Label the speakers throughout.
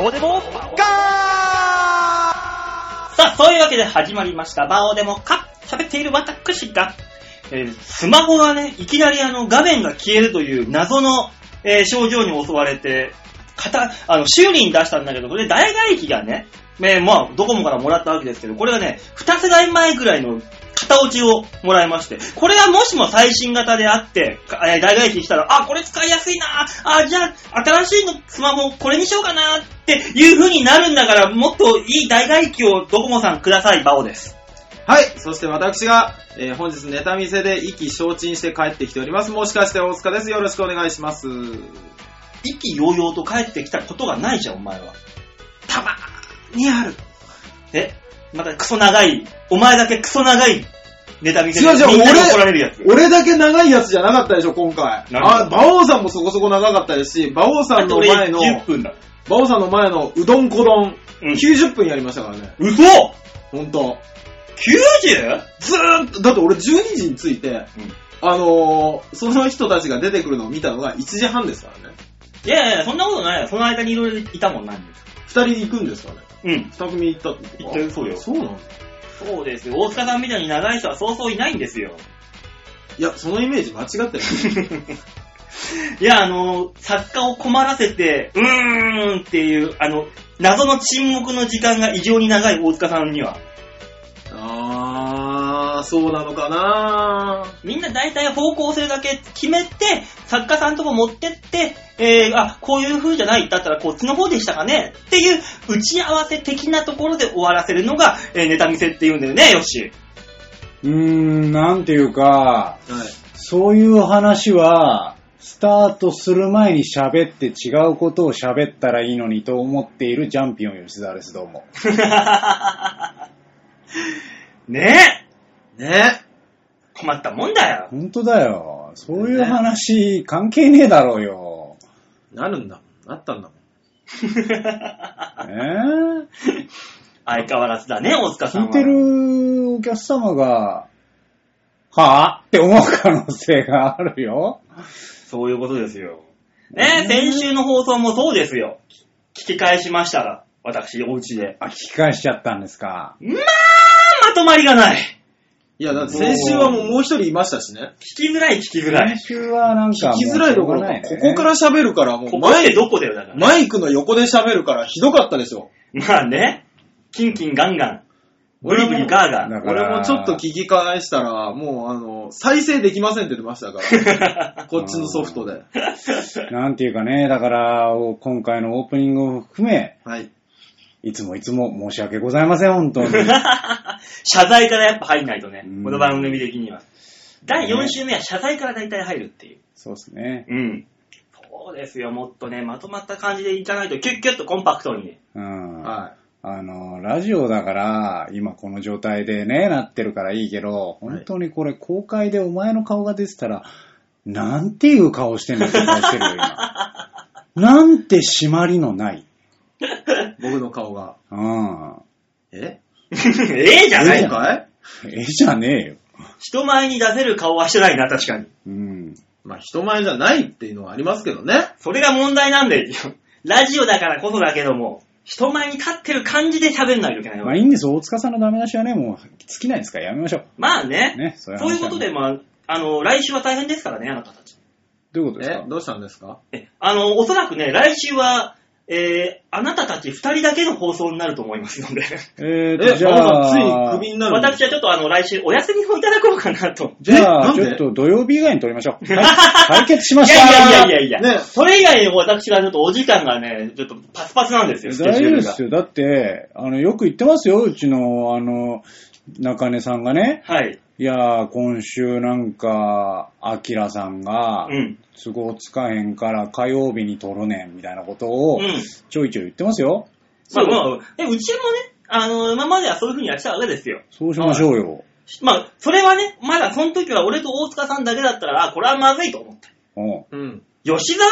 Speaker 1: オデモガー
Speaker 2: さあ、そういうわけで始まりました。バオでもか、喋っている私が、えースマホがね、いきなりあの、画面が消えるという謎の、えー症状に襲われて、かた、あの、修理に出したんだけど、これ、代替機がね、ねまあ、ドコモからもらったわけですけど、これがね、二世代前ぐらいの型落ちをもらいまして、これがもしも最新型であって、かえー代替機にしたら、あ、これ使いやすいなあ、じゃあ、新しいのスマホこれにしようかなっていう風になるんだから、もっといい代替機をドコモさんください、バオです。
Speaker 3: はい、そして私が、えー本日ネタ見せで意気消沈して帰ってきております。もしかして大塚です。よろしくお願いします。
Speaker 2: 意気揚々と帰ってきたことがないじゃん、お前は。
Speaker 3: たまーにある。
Speaker 2: えまたクソ長い、お前だけクソ長いネタ見せ
Speaker 3: 違う違う
Speaker 2: みんなに
Speaker 3: 俺
Speaker 2: 怒られるやつ。
Speaker 3: 俺だけ長いやつじゃなかったでしょ、今回。
Speaker 2: 何が
Speaker 3: あ、馬王さんもそこそこ長かったですし、馬王さんの前の、
Speaker 2: だって俺10分だ。
Speaker 3: 馬王さんの前のうどんこどん、
Speaker 2: うん
Speaker 3: 90分やりましたからね。
Speaker 2: 嘘
Speaker 3: ほんと。
Speaker 2: !90?
Speaker 3: ずーっと、だって俺12時に着いて、
Speaker 2: うん
Speaker 3: あのー、その人たちが出てくるのを見たのが1時半ですからね。
Speaker 2: いやいやいや、そんなことないよ。その間にいろいろいたもんなんです。
Speaker 3: 2人行くんですかね。
Speaker 2: うん。
Speaker 3: 2組行ったってこと
Speaker 2: 行ったよそうよ
Speaker 3: そうなんだ。
Speaker 2: そうですよ。大塚さんみたいに長い人はそうそういないんですよ。
Speaker 3: いや、そのイメージ間違ってる。
Speaker 2: いや、あの、作家を困らせて、うーんっていう、あの、謎の沈黙の時間が異常に長い大塚さんには、
Speaker 3: あー、そうなのかな
Speaker 2: みんな大体方向性だけ決めて、作家さんとこ持ってって、えー、あ、こういう風じゃないだったらこっちの方でしたかねっていう打ち合わせ的なところで終わらせるのが、えーネタ見せっていうんだよね、よし。
Speaker 4: うーん、なんていうか、
Speaker 3: はい。
Speaker 4: そういう話は、スタートする前に喋って違うことを喋ったらいいのにと思っているジャンピオン吉沢です、どうも。
Speaker 2: ねえ
Speaker 3: ね
Speaker 2: 困ったもんだよ。
Speaker 4: 本当だよ。そういう話関係ねえだろうよ。
Speaker 3: なるんだ。なったんだもん。
Speaker 4: え
Speaker 2: 相変わらずだね、大塚
Speaker 4: ー
Speaker 2: さんは。
Speaker 4: 聞いてるお客様が、はぁって思う可能性があるよ。
Speaker 2: そういうことですよ。ね、先週の放送もそうですよ。聞き返しましたが、私、お家で。
Speaker 4: あ、聞き返しちゃったんですか。
Speaker 2: まとまりがない。
Speaker 3: いや、だって先週はもうもう一人いましたしね。
Speaker 2: 聞きづらい、聞きづらい
Speaker 4: 先。週はなん
Speaker 3: 聞
Speaker 4: かもう
Speaker 3: き
Speaker 4: しょ
Speaker 3: づ
Speaker 4: うが
Speaker 3: ら
Speaker 4: ないね、
Speaker 3: どころか、ここから喋るから、も
Speaker 2: こ
Speaker 3: う
Speaker 2: こっ
Speaker 3: マ
Speaker 2: て
Speaker 3: イ
Speaker 2: どこだよ、だから。
Speaker 3: マイクの横で喋るからひどかったでしょ。
Speaker 2: まあね、キンキンガンガン、ブリブリガーガン。
Speaker 4: だから
Speaker 3: 俺もちょっと聞き返したら、もうあの、再生できませんって出ましたから。こっちのソフトで。
Speaker 4: なんていうかね、だから、お今回のオープニングを含め、
Speaker 3: はい。
Speaker 4: いつもいつも申し訳ございません、本 当に。
Speaker 2: 謝罪からやっぱ入んないとね
Speaker 4: う、ん
Speaker 2: この番組的には。第4週目は謝罪から大体入るっていう。
Speaker 4: そうですね。
Speaker 2: うん。そうですよ、もっとね、まとまった感じでいかないと、キュッキュッとコンパクトに ね。
Speaker 4: うん。
Speaker 3: は
Speaker 4: あの、ラジオだから、今この状態でね、なってるからいいけど、本当にこれ公開でお前の顔が出てたら、なんていう顔してんのって顔してるよ、今。 なんて締まりのない。
Speaker 3: い。僕の顔が。
Speaker 4: うん。
Speaker 3: え
Speaker 2: ええじゃな
Speaker 3: え
Speaker 2: い
Speaker 3: 今
Speaker 2: の
Speaker 3: 回
Speaker 4: えじゃねえよ。
Speaker 2: 人前に出せる顔はしてないな、確かに。
Speaker 4: うん。
Speaker 3: まあ人前じゃないっていうのはありますけどね。
Speaker 2: それが問題なんだよ。 ラジオだからこそだけども、人前に立ってる感じで喋んないといけない
Speaker 4: ま
Speaker 2: わ
Speaker 4: あいいんですよ。大塚さんのダメ出しはね、もう尽きないですからやめましょ
Speaker 2: まあね
Speaker 4: う。ね、そ
Speaker 2: そういうことで、
Speaker 4: も。
Speaker 2: まあ、あの、来週は大変ですからね、あなたたち。
Speaker 4: どういうことです
Speaker 3: え
Speaker 4: か
Speaker 3: どうしたんですか
Speaker 2: えあの、おそらくね、来週は、えー、あなたたち二人だけの放送になると思いますので、
Speaker 4: えーと、
Speaker 3: え、
Speaker 4: じ
Speaker 3: じ
Speaker 4: ゃ
Speaker 3: ゃ
Speaker 4: あ、
Speaker 3: あ、ついにクビになるんです
Speaker 2: 私はちょっとあの、来週お休みをいただこうかなと。
Speaker 4: じゃ
Speaker 3: な
Speaker 4: あ、
Speaker 3: ん
Speaker 4: ち
Speaker 3: で
Speaker 4: ょっと土曜日以外に撮りま しょう。はい、解決しま
Speaker 2: い
Speaker 4: し
Speaker 2: や
Speaker 4: た
Speaker 2: いやいやいやいや、
Speaker 3: ね
Speaker 2: それ以外に私はちょっとお時間がね、ちょっとパツパツなんですよ、スケ
Speaker 4: 大
Speaker 2: ジュー
Speaker 4: 丈夫
Speaker 2: ル
Speaker 4: で
Speaker 2: が
Speaker 4: す。よ。だって、あの、よく言ってますよ、うちの、あの、中根さんがね。
Speaker 2: はい。
Speaker 4: いやー、今週なんか、アキラさんが
Speaker 2: う、ん。
Speaker 4: 都合つかへんから火曜日に撮るねん、みたいなことを
Speaker 2: う、ん。
Speaker 4: ちょいちょい言ってますよ。
Speaker 2: まあまあ、えうちもね、あの、今まではそういう風にやってたわけですよ。
Speaker 4: そうしましょうよ。
Speaker 2: まあ、それはね、まだその時は俺と大塚さんだけだったら、あこれはまずいと思った。
Speaker 4: うん。
Speaker 3: うん。
Speaker 2: 吉沢さんいるん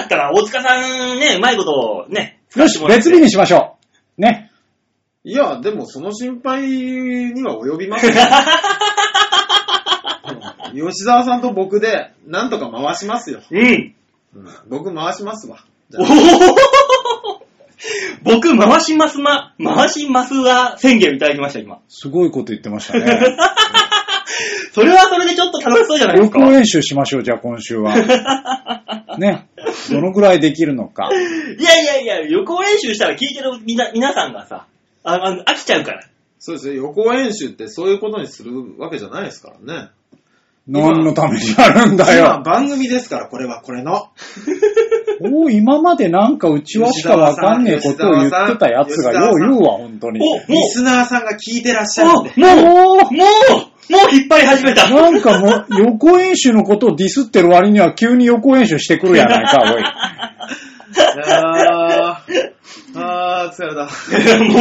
Speaker 2: だったら、大塚さんね、うまいことをね、
Speaker 4: よし、別日にしましょう。ね。
Speaker 3: いや、でもその心配には及びませんよ。あの吉沢さんと僕で、なんとか回しますよ。
Speaker 2: うん。
Speaker 3: うん僕回しますわ。じ
Speaker 2: お
Speaker 3: ゃ
Speaker 2: お
Speaker 3: あ
Speaker 2: 僕、回しますま、回しますわ宣言いただきました、今。
Speaker 4: すごいこと言ってまし たね。
Speaker 2: それはそれでちょっと楽しそうじゃないで
Speaker 4: 予
Speaker 2: すか。
Speaker 4: 行練習しましょう、じゃあ今 週は。ね。どのくらいできるのか。
Speaker 2: いやいやいや、予行練習したら聞いてるみな皆さんがさ、ああの飽きちゃうから。
Speaker 3: そうですね、予行演習ってそういうことにするわけじゃないですからね。
Speaker 4: 何のためにやるんだ
Speaker 3: 今
Speaker 4: よ。
Speaker 3: 番組ですから、これはこれの。
Speaker 4: お今までなんかうちわしかわかんねえことを言ってたやつが、
Speaker 3: 吉沢
Speaker 4: よ
Speaker 3: さ
Speaker 4: うん言うわ、本当に。
Speaker 2: お、も
Speaker 3: リスナーさんが聞いてらっしゃるんで。
Speaker 2: う、もう、もう、
Speaker 4: お
Speaker 2: もう、もう
Speaker 4: ー
Speaker 2: 引っ張り始めた。
Speaker 4: なんかもう、予行演習のことをディスってる割には急に予行演習してくるやないか、
Speaker 3: あー、あー疲れた。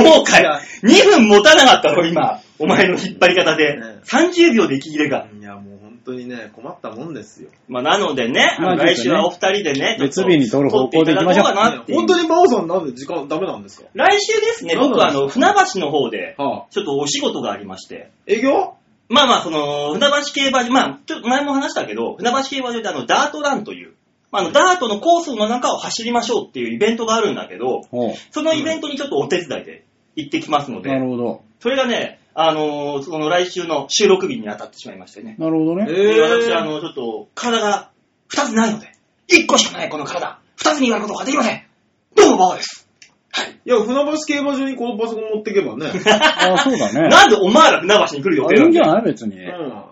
Speaker 2: もうかよ。2分持たなかったの、今。お前の引っ張り方で
Speaker 3: ね。
Speaker 2: 30秒で息切れ
Speaker 3: い
Speaker 2: が。
Speaker 3: や、もう本当にね、困ったもんですよ。
Speaker 2: まあ、なのでね、
Speaker 4: まあ
Speaker 2: 来週はお二人でね、
Speaker 4: 別日に撮る方向でいきましょう
Speaker 2: 撮っていただこかなっていう
Speaker 3: 本当にバオさんなんで時間ダメなんですか
Speaker 2: 来週ですね、
Speaker 3: そうなん
Speaker 2: 僕はあ
Speaker 3: です
Speaker 2: の、船橋の方で、
Speaker 3: はあ、
Speaker 2: ちょっとお仕事がありまして。
Speaker 3: 営業
Speaker 2: まあまあ、その、船橋競馬場、まあ、ちょっと前も話したけど、船橋競馬場であの、ダートランという、まあ、あの、ダートのコースの中を走りましょうっていうイベントがあるんだけど、
Speaker 4: おい。
Speaker 2: そのイベントにちょっとお手伝いで行ってきますの
Speaker 4: おな
Speaker 2: で、
Speaker 4: るほど。
Speaker 2: それがね、あのーその来週の収録日に当たってしまいましてね。
Speaker 4: なるほど
Speaker 3: え
Speaker 2: で
Speaker 4: ね。
Speaker 3: ー
Speaker 2: 私、あの、ちょっと、体が2つないので、1個しかないこの体、2つになることができません。どうも、バオです。
Speaker 3: いや、船橋競馬場にこのパソコン持ってけ ばね、う
Speaker 4: あ、そうだね。
Speaker 2: なんでお前ら船橋に来る予
Speaker 4: あ
Speaker 2: 定なん
Speaker 4: いいんじゃ
Speaker 2: だよ
Speaker 4: ない別に。
Speaker 3: ん、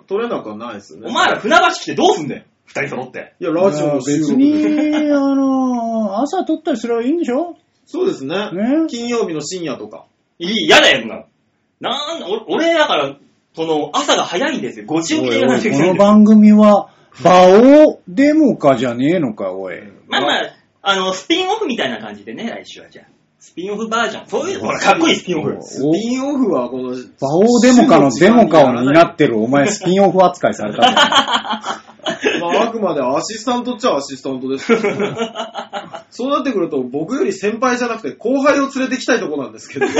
Speaker 3: 取れなくはないですよね。
Speaker 2: お前ら船橋来てどうすんだよ、2人揃って。
Speaker 3: いや、ラジオの収
Speaker 4: 別
Speaker 3: 録で。
Speaker 4: に、あの、朝撮ったりすればいいんでしょ
Speaker 3: そうですね。
Speaker 4: ね
Speaker 3: 金曜日の深夜とか。
Speaker 2: いい、嫌だよ、そんなの。なんだ、お俺、だから、その、朝が早いんですよ。5時起きでやらなきゃいけ
Speaker 4: こ
Speaker 2: ない
Speaker 4: の
Speaker 2: んだよ。
Speaker 4: 番組は、馬王デモかじゃねえのか、おい。
Speaker 2: まあまあ、あの、スピンオフみたいな感じでね、来週はじゃあ。スピンオフバージョン。そういう、ほら、かっこいいスピンオフ。
Speaker 3: スピンオフはこの、
Speaker 4: 馬王デモかのデモかを担ってるお前スピンオフ扱いされたんだ よ
Speaker 3: まあ、あくまでアシスタントっちゃアシスタントですけど ねそうなってくると、僕より先輩じゃなくて後輩を連れてきたいとこなんですけ ど、ぜ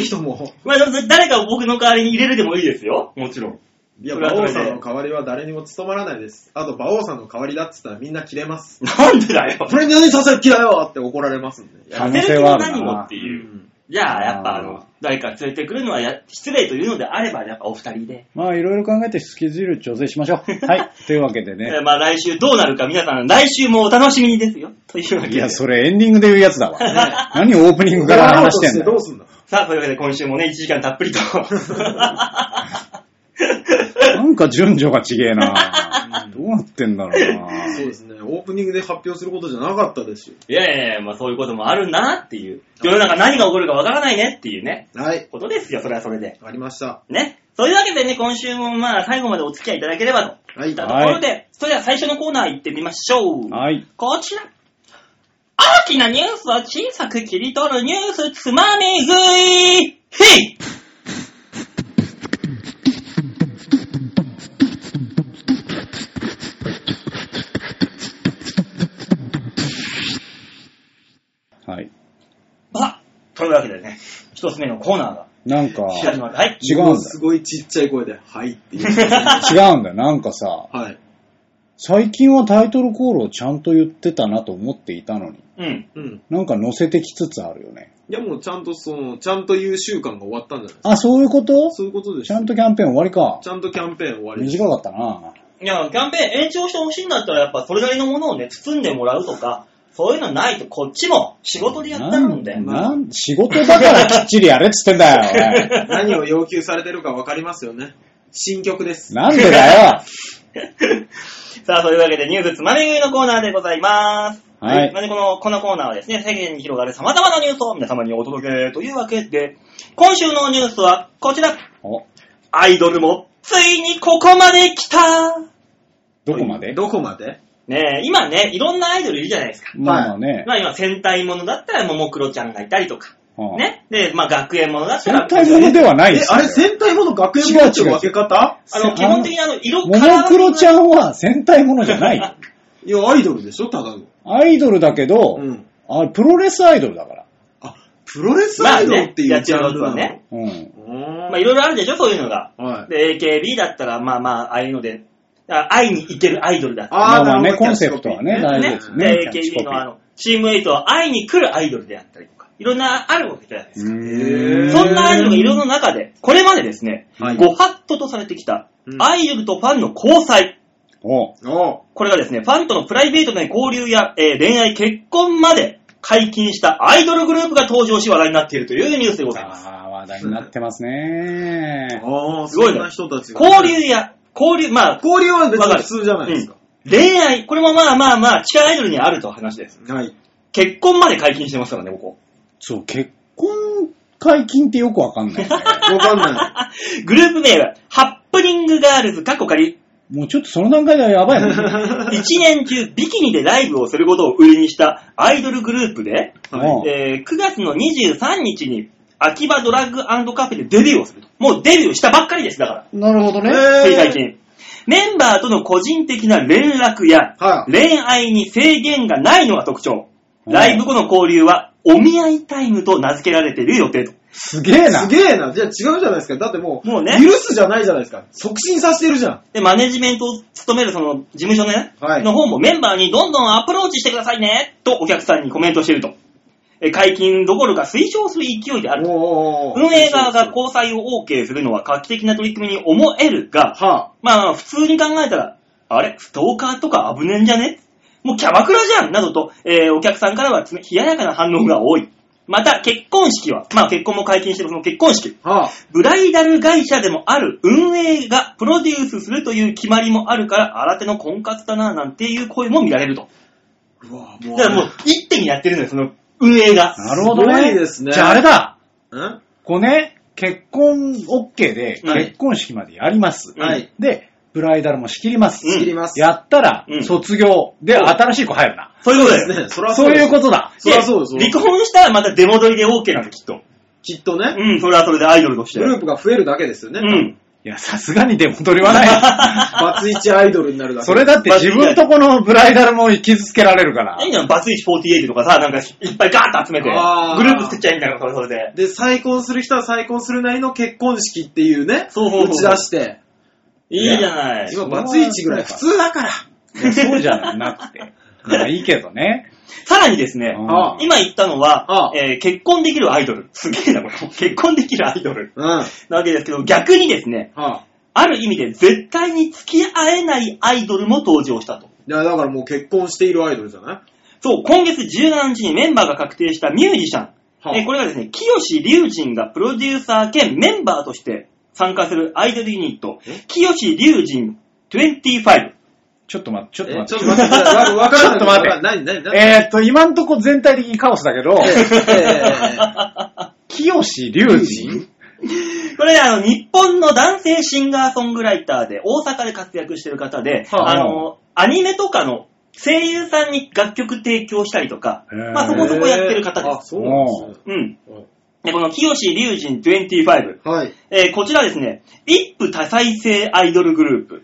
Speaker 3: ひとも、
Speaker 2: まあ、だ誰かを僕の代わりに入れるでもいいですよ。もちろん。
Speaker 3: いや、
Speaker 2: それは
Speaker 3: 馬
Speaker 2: それ
Speaker 3: 王
Speaker 2: で
Speaker 3: さんの代わりは誰にも務まらないです。あと、馬王さんの代わりだって言ったらみんな切れます。
Speaker 2: なんでだよ
Speaker 3: こ。れ何させる気だよって怒られますんで。
Speaker 4: 可能性はある
Speaker 2: やって
Speaker 4: な
Speaker 2: る気も何もって
Speaker 3: う
Speaker 2: いう。
Speaker 3: ん
Speaker 2: じゃあ、やっぱあの、誰か連れてくるのはや失礼というのであれば、やっぱお二人で。
Speaker 4: まあいろいろ考えてスケジュール調整しましょう。はい。というわけで
Speaker 2: え
Speaker 4: ね。
Speaker 2: ーまあ来週どうなるか皆さん、来週もお楽しみにですよ。というわけ
Speaker 4: い
Speaker 2: で。
Speaker 4: や、それエンディングで言うやつだわ。何オープニングから話してんだ
Speaker 3: どう
Speaker 4: よ。
Speaker 3: すんだ
Speaker 2: さあ、というわけで今週もね、1時間たっぷ りと。
Speaker 4: なんか順序がちげえ な。どうなってんだろう
Speaker 3: そう
Speaker 4: な。
Speaker 3: ですね。オープニングで発表することじゃなかったですよ。
Speaker 2: いやいやいや、まあそういうこともあるんだなっていう。世の中何が起こるかわからないねっていうね、
Speaker 3: はい。
Speaker 2: ことですよ、それはそれで。
Speaker 3: ありました。
Speaker 2: ね。そういうわけでね、今週もまあ最後までお付き合いいただければと。
Speaker 3: はいい
Speaker 2: ったところで、それでは最初のコーナー行ってみましょう。
Speaker 4: はい。
Speaker 2: こちら。大きなニュースを小さく切り取るニュースつまみ食いへい
Speaker 4: はい。
Speaker 2: あというわけでね、一つ目のコーナーが
Speaker 4: なん か、
Speaker 2: 始まる。はい。
Speaker 4: 違うんだ
Speaker 3: もすごいちっちゃい声で、はいって言って。
Speaker 4: 違うんだよ。なんかさ、
Speaker 3: はい。
Speaker 4: 最近はタイトルコールをちゃんと言ってたなと思っていたのに、
Speaker 2: うん。
Speaker 3: うん。
Speaker 4: なんか乗せてきつつあるよね。
Speaker 3: いや、もうちゃんとその、ちゃんと言う習慣が終わったんじゃないですか。
Speaker 4: あ、そういうこと
Speaker 3: そういうことで
Speaker 4: ち
Speaker 3: し
Speaker 4: ゃ
Speaker 3: ょ。
Speaker 4: んとキャンペーン終わりか。
Speaker 3: ちゃんとキャンペーン終わりです。
Speaker 4: 短かったな。
Speaker 2: いや、キャンペーン延長してほしいんだったら、やっぱそれなりのものをね、包んでもらうとか、そういうのないと、こっちも仕事でやったので。
Speaker 4: なん仕事だからきっちりやれっつってんだよ、
Speaker 3: 何を要求されてるか分かりますよね。新曲で
Speaker 4: おい
Speaker 3: す。
Speaker 4: なんでだよ。
Speaker 2: さあ、というわけで、ニュースつまみ食いのコーナーでございます。
Speaker 4: はい
Speaker 2: なんでこの、このコーナーはですね、世間に広がる様々なニュースを皆様にお届けというわけで、今週のニュースはこちら。
Speaker 4: お、
Speaker 2: アイドルも、ついにここまで来た
Speaker 4: どこまで
Speaker 3: どこまで
Speaker 2: ねえ、今ね、いろんなアイドルいるじゃないですか。
Speaker 4: まあまあね。
Speaker 2: まあ今、戦隊ものだったら、ももクロちゃんがいたりとか、
Speaker 4: はあ
Speaker 2: ね。で、まあ学園ものだったら
Speaker 4: 戦、隊ものではないで
Speaker 3: え、
Speaker 4: すよ。
Speaker 3: あれ、戦隊もの学園ものって分け方
Speaker 2: あの、基本的にあの、色
Speaker 4: ももクロち
Speaker 2: ん。
Speaker 4: ゃんは戦隊ものじゃない。
Speaker 3: いや、アイドルでしょただの。
Speaker 4: アイドルだけど、
Speaker 3: うん。
Speaker 4: あプロレスアイドルだから。
Speaker 3: あ、プロレスアイドルって
Speaker 2: まあ
Speaker 3: い
Speaker 2: ね
Speaker 3: うジャンルな
Speaker 2: や
Speaker 3: の
Speaker 2: ってるこ
Speaker 4: うん。
Speaker 2: まあいろいろあるでしょ、そういうのが。
Speaker 3: ろ。はい。
Speaker 2: で、AKB だったら、まあまあ、ああいうので、あ会いに行けるアイドルだった
Speaker 4: まあまあね、
Speaker 3: なるほ
Speaker 4: コ
Speaker 3: ど
Speaker 4: ンセプトはね、
Speaker 3: キャッ
Speaker 4: 大
Speaker 3: チ
Speaker 4: 事
Speaker 3: コピー
Speaker 4: ですね。
Speaker 2: で
Speaker 4: キャッチコ
Speaker 2: AKB
Speaker 4: ピ
Speaker 2: のあ
Speaker 4: ー
Speaker 2: の、チーム8は会いに来るアイドルであったりとか。いろんなあるわけじゃないですか。
Speaker 3: へー
Speaker 2: そんなアイドルがいるの中で、これまでですね、
Speaker 3: はい
Speaker 2: ご法度とされてきた
Speaker 3: うん
Speaker 2: アイドルとファンの交際。
Speaker 4: お
Speaker 3: お
Speaker 2: これがですね、ファンとのプライベートな交流や、えー恋愛、結婚まで解禁したアイドルグループが登場し話題になっているというニュースでございます。
Speaker 4: ああ、話題になってますね。
Speaker 3: ああ、
Speaker 2: すご
Speaker 3: そ
Speaker 2: い
Speaker 3: ん
Speaker 2: ね
Speaker 3: な人たちが
Speaker 2: 交流や、交流、まあ、
Speaker 3: 交流は別に普通じゃないですか。
Speaker 2: 恋愛、これもまあまあまあ、地下アイドルにあると話です。
Speaker 3: はい。
Speaker 2: 結婚まで解禁してますからね、ここ。
Speaker 4: そう、結婚解禁ってよくわかんない、ね。
Speaker 3: わかんない。
Speaker 2: グループ名は、ハップニングガールズ、過去仮、
Speaker 4: もうちょっとその段階ではやばいもん、 ね。
Speaker 2: 1年中ビキニでライブをすることを売りにしたアイドルグループで、
Speaker 3: は
Speaker 2: えー9月の23日に、秋葉ドラッグカフェでデビューをすると。もうデビューしたばっかりです、だか
Speaker 4: なるほど
Speaker 3: い。
Speaker 4: ね。
Speaker 2: ら、つい
Speaker 3: え
Speaker 2: 最近。メンバーとの個人的な連絡や、
Speaker 3: ーはい。
Speaker 2: 恋愛に制限がないのが特徴。
Speaker 4: うん
Speaker 2: ライブ後の交流は、お見合いタイムと名付けられている予定と。
Speaker 4: すげえな。
Speaker 3: すげえな。じゃあ違うじゃないですか。だってもう、
Speaker 2: もうね
Speaker 3: 許すじゃないじゃないですか。促進させてるじゃん。
Speaker 2: で、マネジメントを務めるその事務所のね、
Speaker 3: はい
Speaker 2: の方もメンバーにどんどんアプローチしてくださいね、とお客さんにコメントしてると。え解禁どころか推奨する勢いであると。
Speaker 3: おーおーおー
Speaker 2: 運営側が交際を OK するのは画期的な取り組みに思えるが、
Speaker 3: は
Speaker 2: まあ普通に考えたら、あれストーカーとか危ねえんじゃねもうキャバクラじゃんなどと、えーお客さんからは冷ややかな反応が多い。また結婚式は、まあ結婚も解禁してるその結婚式。
Speaker 3: あ、はあ。
Speaker 2: ブライダル会社でもある運営がプロデュースするという決まりもあるから、新手の婚活だな、なんていう声も見られると。
Speaker 3: うわ
Speaker 2: だ
Speaker 3: も
Speaker 2: からもう、一手にやってるのよ、その運営が。
Speaker 4: なるほどね。
Speaker 3: すごいですね
Speaker 4: じゃああれだ。
Speaker 3: う、ん
Speaker 4: こうね、結婚 OK で、
Speaker 2: はい
Speaker 4: 結婚式までやります。
Speaker 3: はい
Speaker 4: で、ブライダルも仕切ります。
Speaker 2: うん
Speaker 3: 仕切ります。
Speaker 4: やったら
Speaker 2: う、ん
Speaker 4: 卒業。で、
Speaker 2: そう
Speaker 4: 新しい子入るな。
Speaker 2: そういうことだ
Speaker 3: そうです
Speaker 2: よ。
Speaker 3: ね。そら
Speaker 4: そう
Speaker 3: です
Speaker 4: いうことだ。
Speaker 3: そりゃそうです
Speaker 2: で離婚したらまた出戻りで OK なんだ、きっと。
Speaker 3: きっとね、
Speaker 2: うん、それはそれでアイドルとして。
Speaker 3: グループが増えるだけですよね。
Speaker 2: うん。
Speaker 4: いや、さすがに出戻りは ない。
Speaker 3: バツイチアイドルになるだけ。
Speaker 4: それだって自分とこのブライダルも傷つけられ るから。
Speaker 2: 何だよ、バツイチ48とかさ、なんかいっぱいガーッと集めて、
Speaker 3: あー
Speaker 2: グループ作っちゃいいんだから、それはそれで。
Speaker 3: で、再婚する人は再婚するなりの結婚式っていうね、
Speaker 2: そうそうそう
Speaker 3: 打ち出して。
Speaker 2: いいじゃない。
Speaker 3: 今、バツイチぐらい普通だから。
Speaker 4: いやそうじゃなくて。まあいいけどね。
Speaker 2: さらにですね、
Speaker 4: うん
Speaker 3: あ
Speaker 2: 今言ったのは
Speaker 3: あ、
Speaker 2: えー結婚できるアイドル。すげえな、これ。結婚できるアイドル。
Speaker 3: うん。は
Speaker 2: なわけですけど、逆にですね、
Speaker 3: あ。
Speaker 2: ある意味で絶対に付き合えないアイドルも登場したと。
Speaker 3: いや、だからもう結婚しているアイドルじゃない
Speaker 2: そう、今月17日にメンバーが確定したミュージシャン。
Speaker 3: はあ
Speaker 2: えこれがですね、清志隆人がプロデューサー兼メンバーとして参加するアイドルユニット
Speaker 3: え、
Speaker 2: 清志隆人25。
Speaker 4: ちょっと待って、ちょっと
Speaker 3: え、
Speaker 4: 待
Speaker 3: ち
Speaker 4: っ
Speaker 3: ょってと。待って、わわからない。
Speaker 4: ちょっと待って
Speaker 3: 何、何、何
Speaker 4: えーっと、今んとこ全体的にカオスだけど、
Speaker 3: え
Speaker 4: 清志隆人
Speaker 2: これね、あの、日本の男性シンガーソングライターで、大阪で活躍してる方で、
Speaker 3: は
Speaker 4: あ
Speaker 2: あの、アニメとかの声優さんに楽曲提供したりとか
Speaker 4: へー、
Speaker 2: まあ、そ
Speaker 3: ー
Speaker 2: こそこやってる方で
Speaker 3: あ、
Speaker 2: す。
Speaker 3: そうなんです
Speaker 2: うん。
Speaker 3: ね。
Speaker 2: で、この清志隆人25。
Speaker 3: はい。
Speaker 2: えーこちらですね、一夫多妻制アイドルグループ。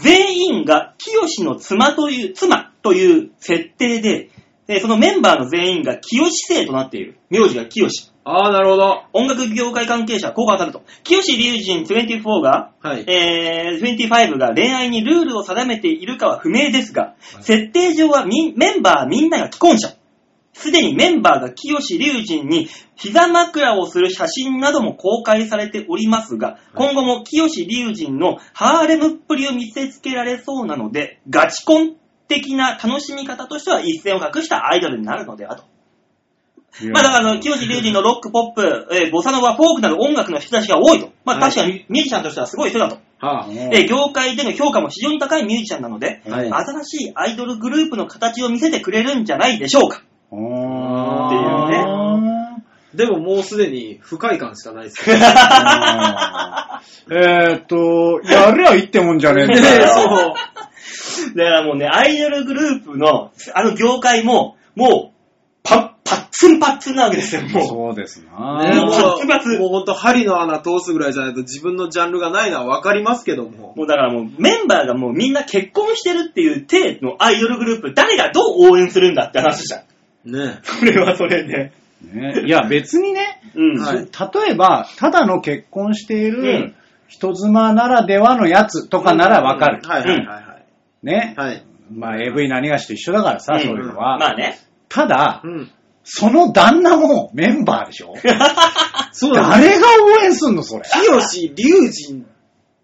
Speaker 2: 全員が清の妻という、妻という設定で、えーそのメンバーの全員が清姓となっている。名字が清。
Speaker 3: ああ、なるほど。
Speaker 2: 音楽業界関係者はこう語ると。清隆人24が、
Speaker 3: はい。
Speaker 2: えー、25が恋愛にルールを定めているかは不明ですが、設定上はみんメンバーみんなが既婚者。すでにメンバーが清志隆人に膝枕をする写真なども公開されておりますが、今後も清志隆人のハーレムっぷりを見せつけられそうなので、ガチコン的な楽しみ方としては一線を画したアイドルになるのではと。まあだからあの、清志隆人のロック、ポップ、えーボサノバ、フォークなど音楽の引き出しが多いと。まあ
Speaker 3: はい
Speaker 2: 確かにミュージシャンとしてはすごい人だと。
Speaker 3: は
Speaker 4: うん
Speaker 2: えー業界での評価も非常に高いミュージシャンなので、
Speaker 3: あ。はい。
Speaker 2: 新しいアイドルグループの形を見せてくれるんじゃないでしょうか。
Speaker 4: あ
Speaker 2: っていうね
Speaker 4: ー
Speaker 3: でももうすでに不快感しかないですけど。
Speaker 4: あーえーっと、やりゃいいってもんじゃねえん
Speaker 3: ね
Speaker 4: だ
Speaker 3: え
Speaker 4: よ。
Speaker 3: そう。
Speaker 2: だからもうね、アイドルグループの、あの業界も、もう、パッ、パッツンパッツンなわけですよ、もう。
Speaker 4: そうですな、
Speaker 3: ねえ、 もう
Speaker 2: バツバツ
Speaker 3: もうほんと針の穴通すぐらいじゃないと自分のジャンルがないのはわかりますけども。
Speaker 2: もうだからもう、メンバーがもうみんな結婚してるっていう体のアイドルグループ、誰がどう応援するんだって話じゃん。
Speaker 3: ね
Speaker 2: それはそれで。
Speaker 4: ねいや、別にね、
Speaker 2: うん。
Speaker 3: はい
Speaker 4: 例えば、ただの結婚していうる
Speaker 2: ん
Speaker 4: 人妻ならではのやつとかならわかる。
Speaker 3: はいはいはいはい。
Speaker 4: ね。
Speaker 3: はい。
Speaker 4: まあ、AV 何がしと一緒だからさ、
Speaker 2: うん
Speaker 4: そういうのは。
Speaker 2: まあね。
Speaker 4: ただ
Speaker 3: う、ん。
Speaker 4: その旦那もメンバーでしょ
Speaker 3: そうだね。
Speaker 4: 誰が応援すんの、それ。
Speaker 3: 清龍神っ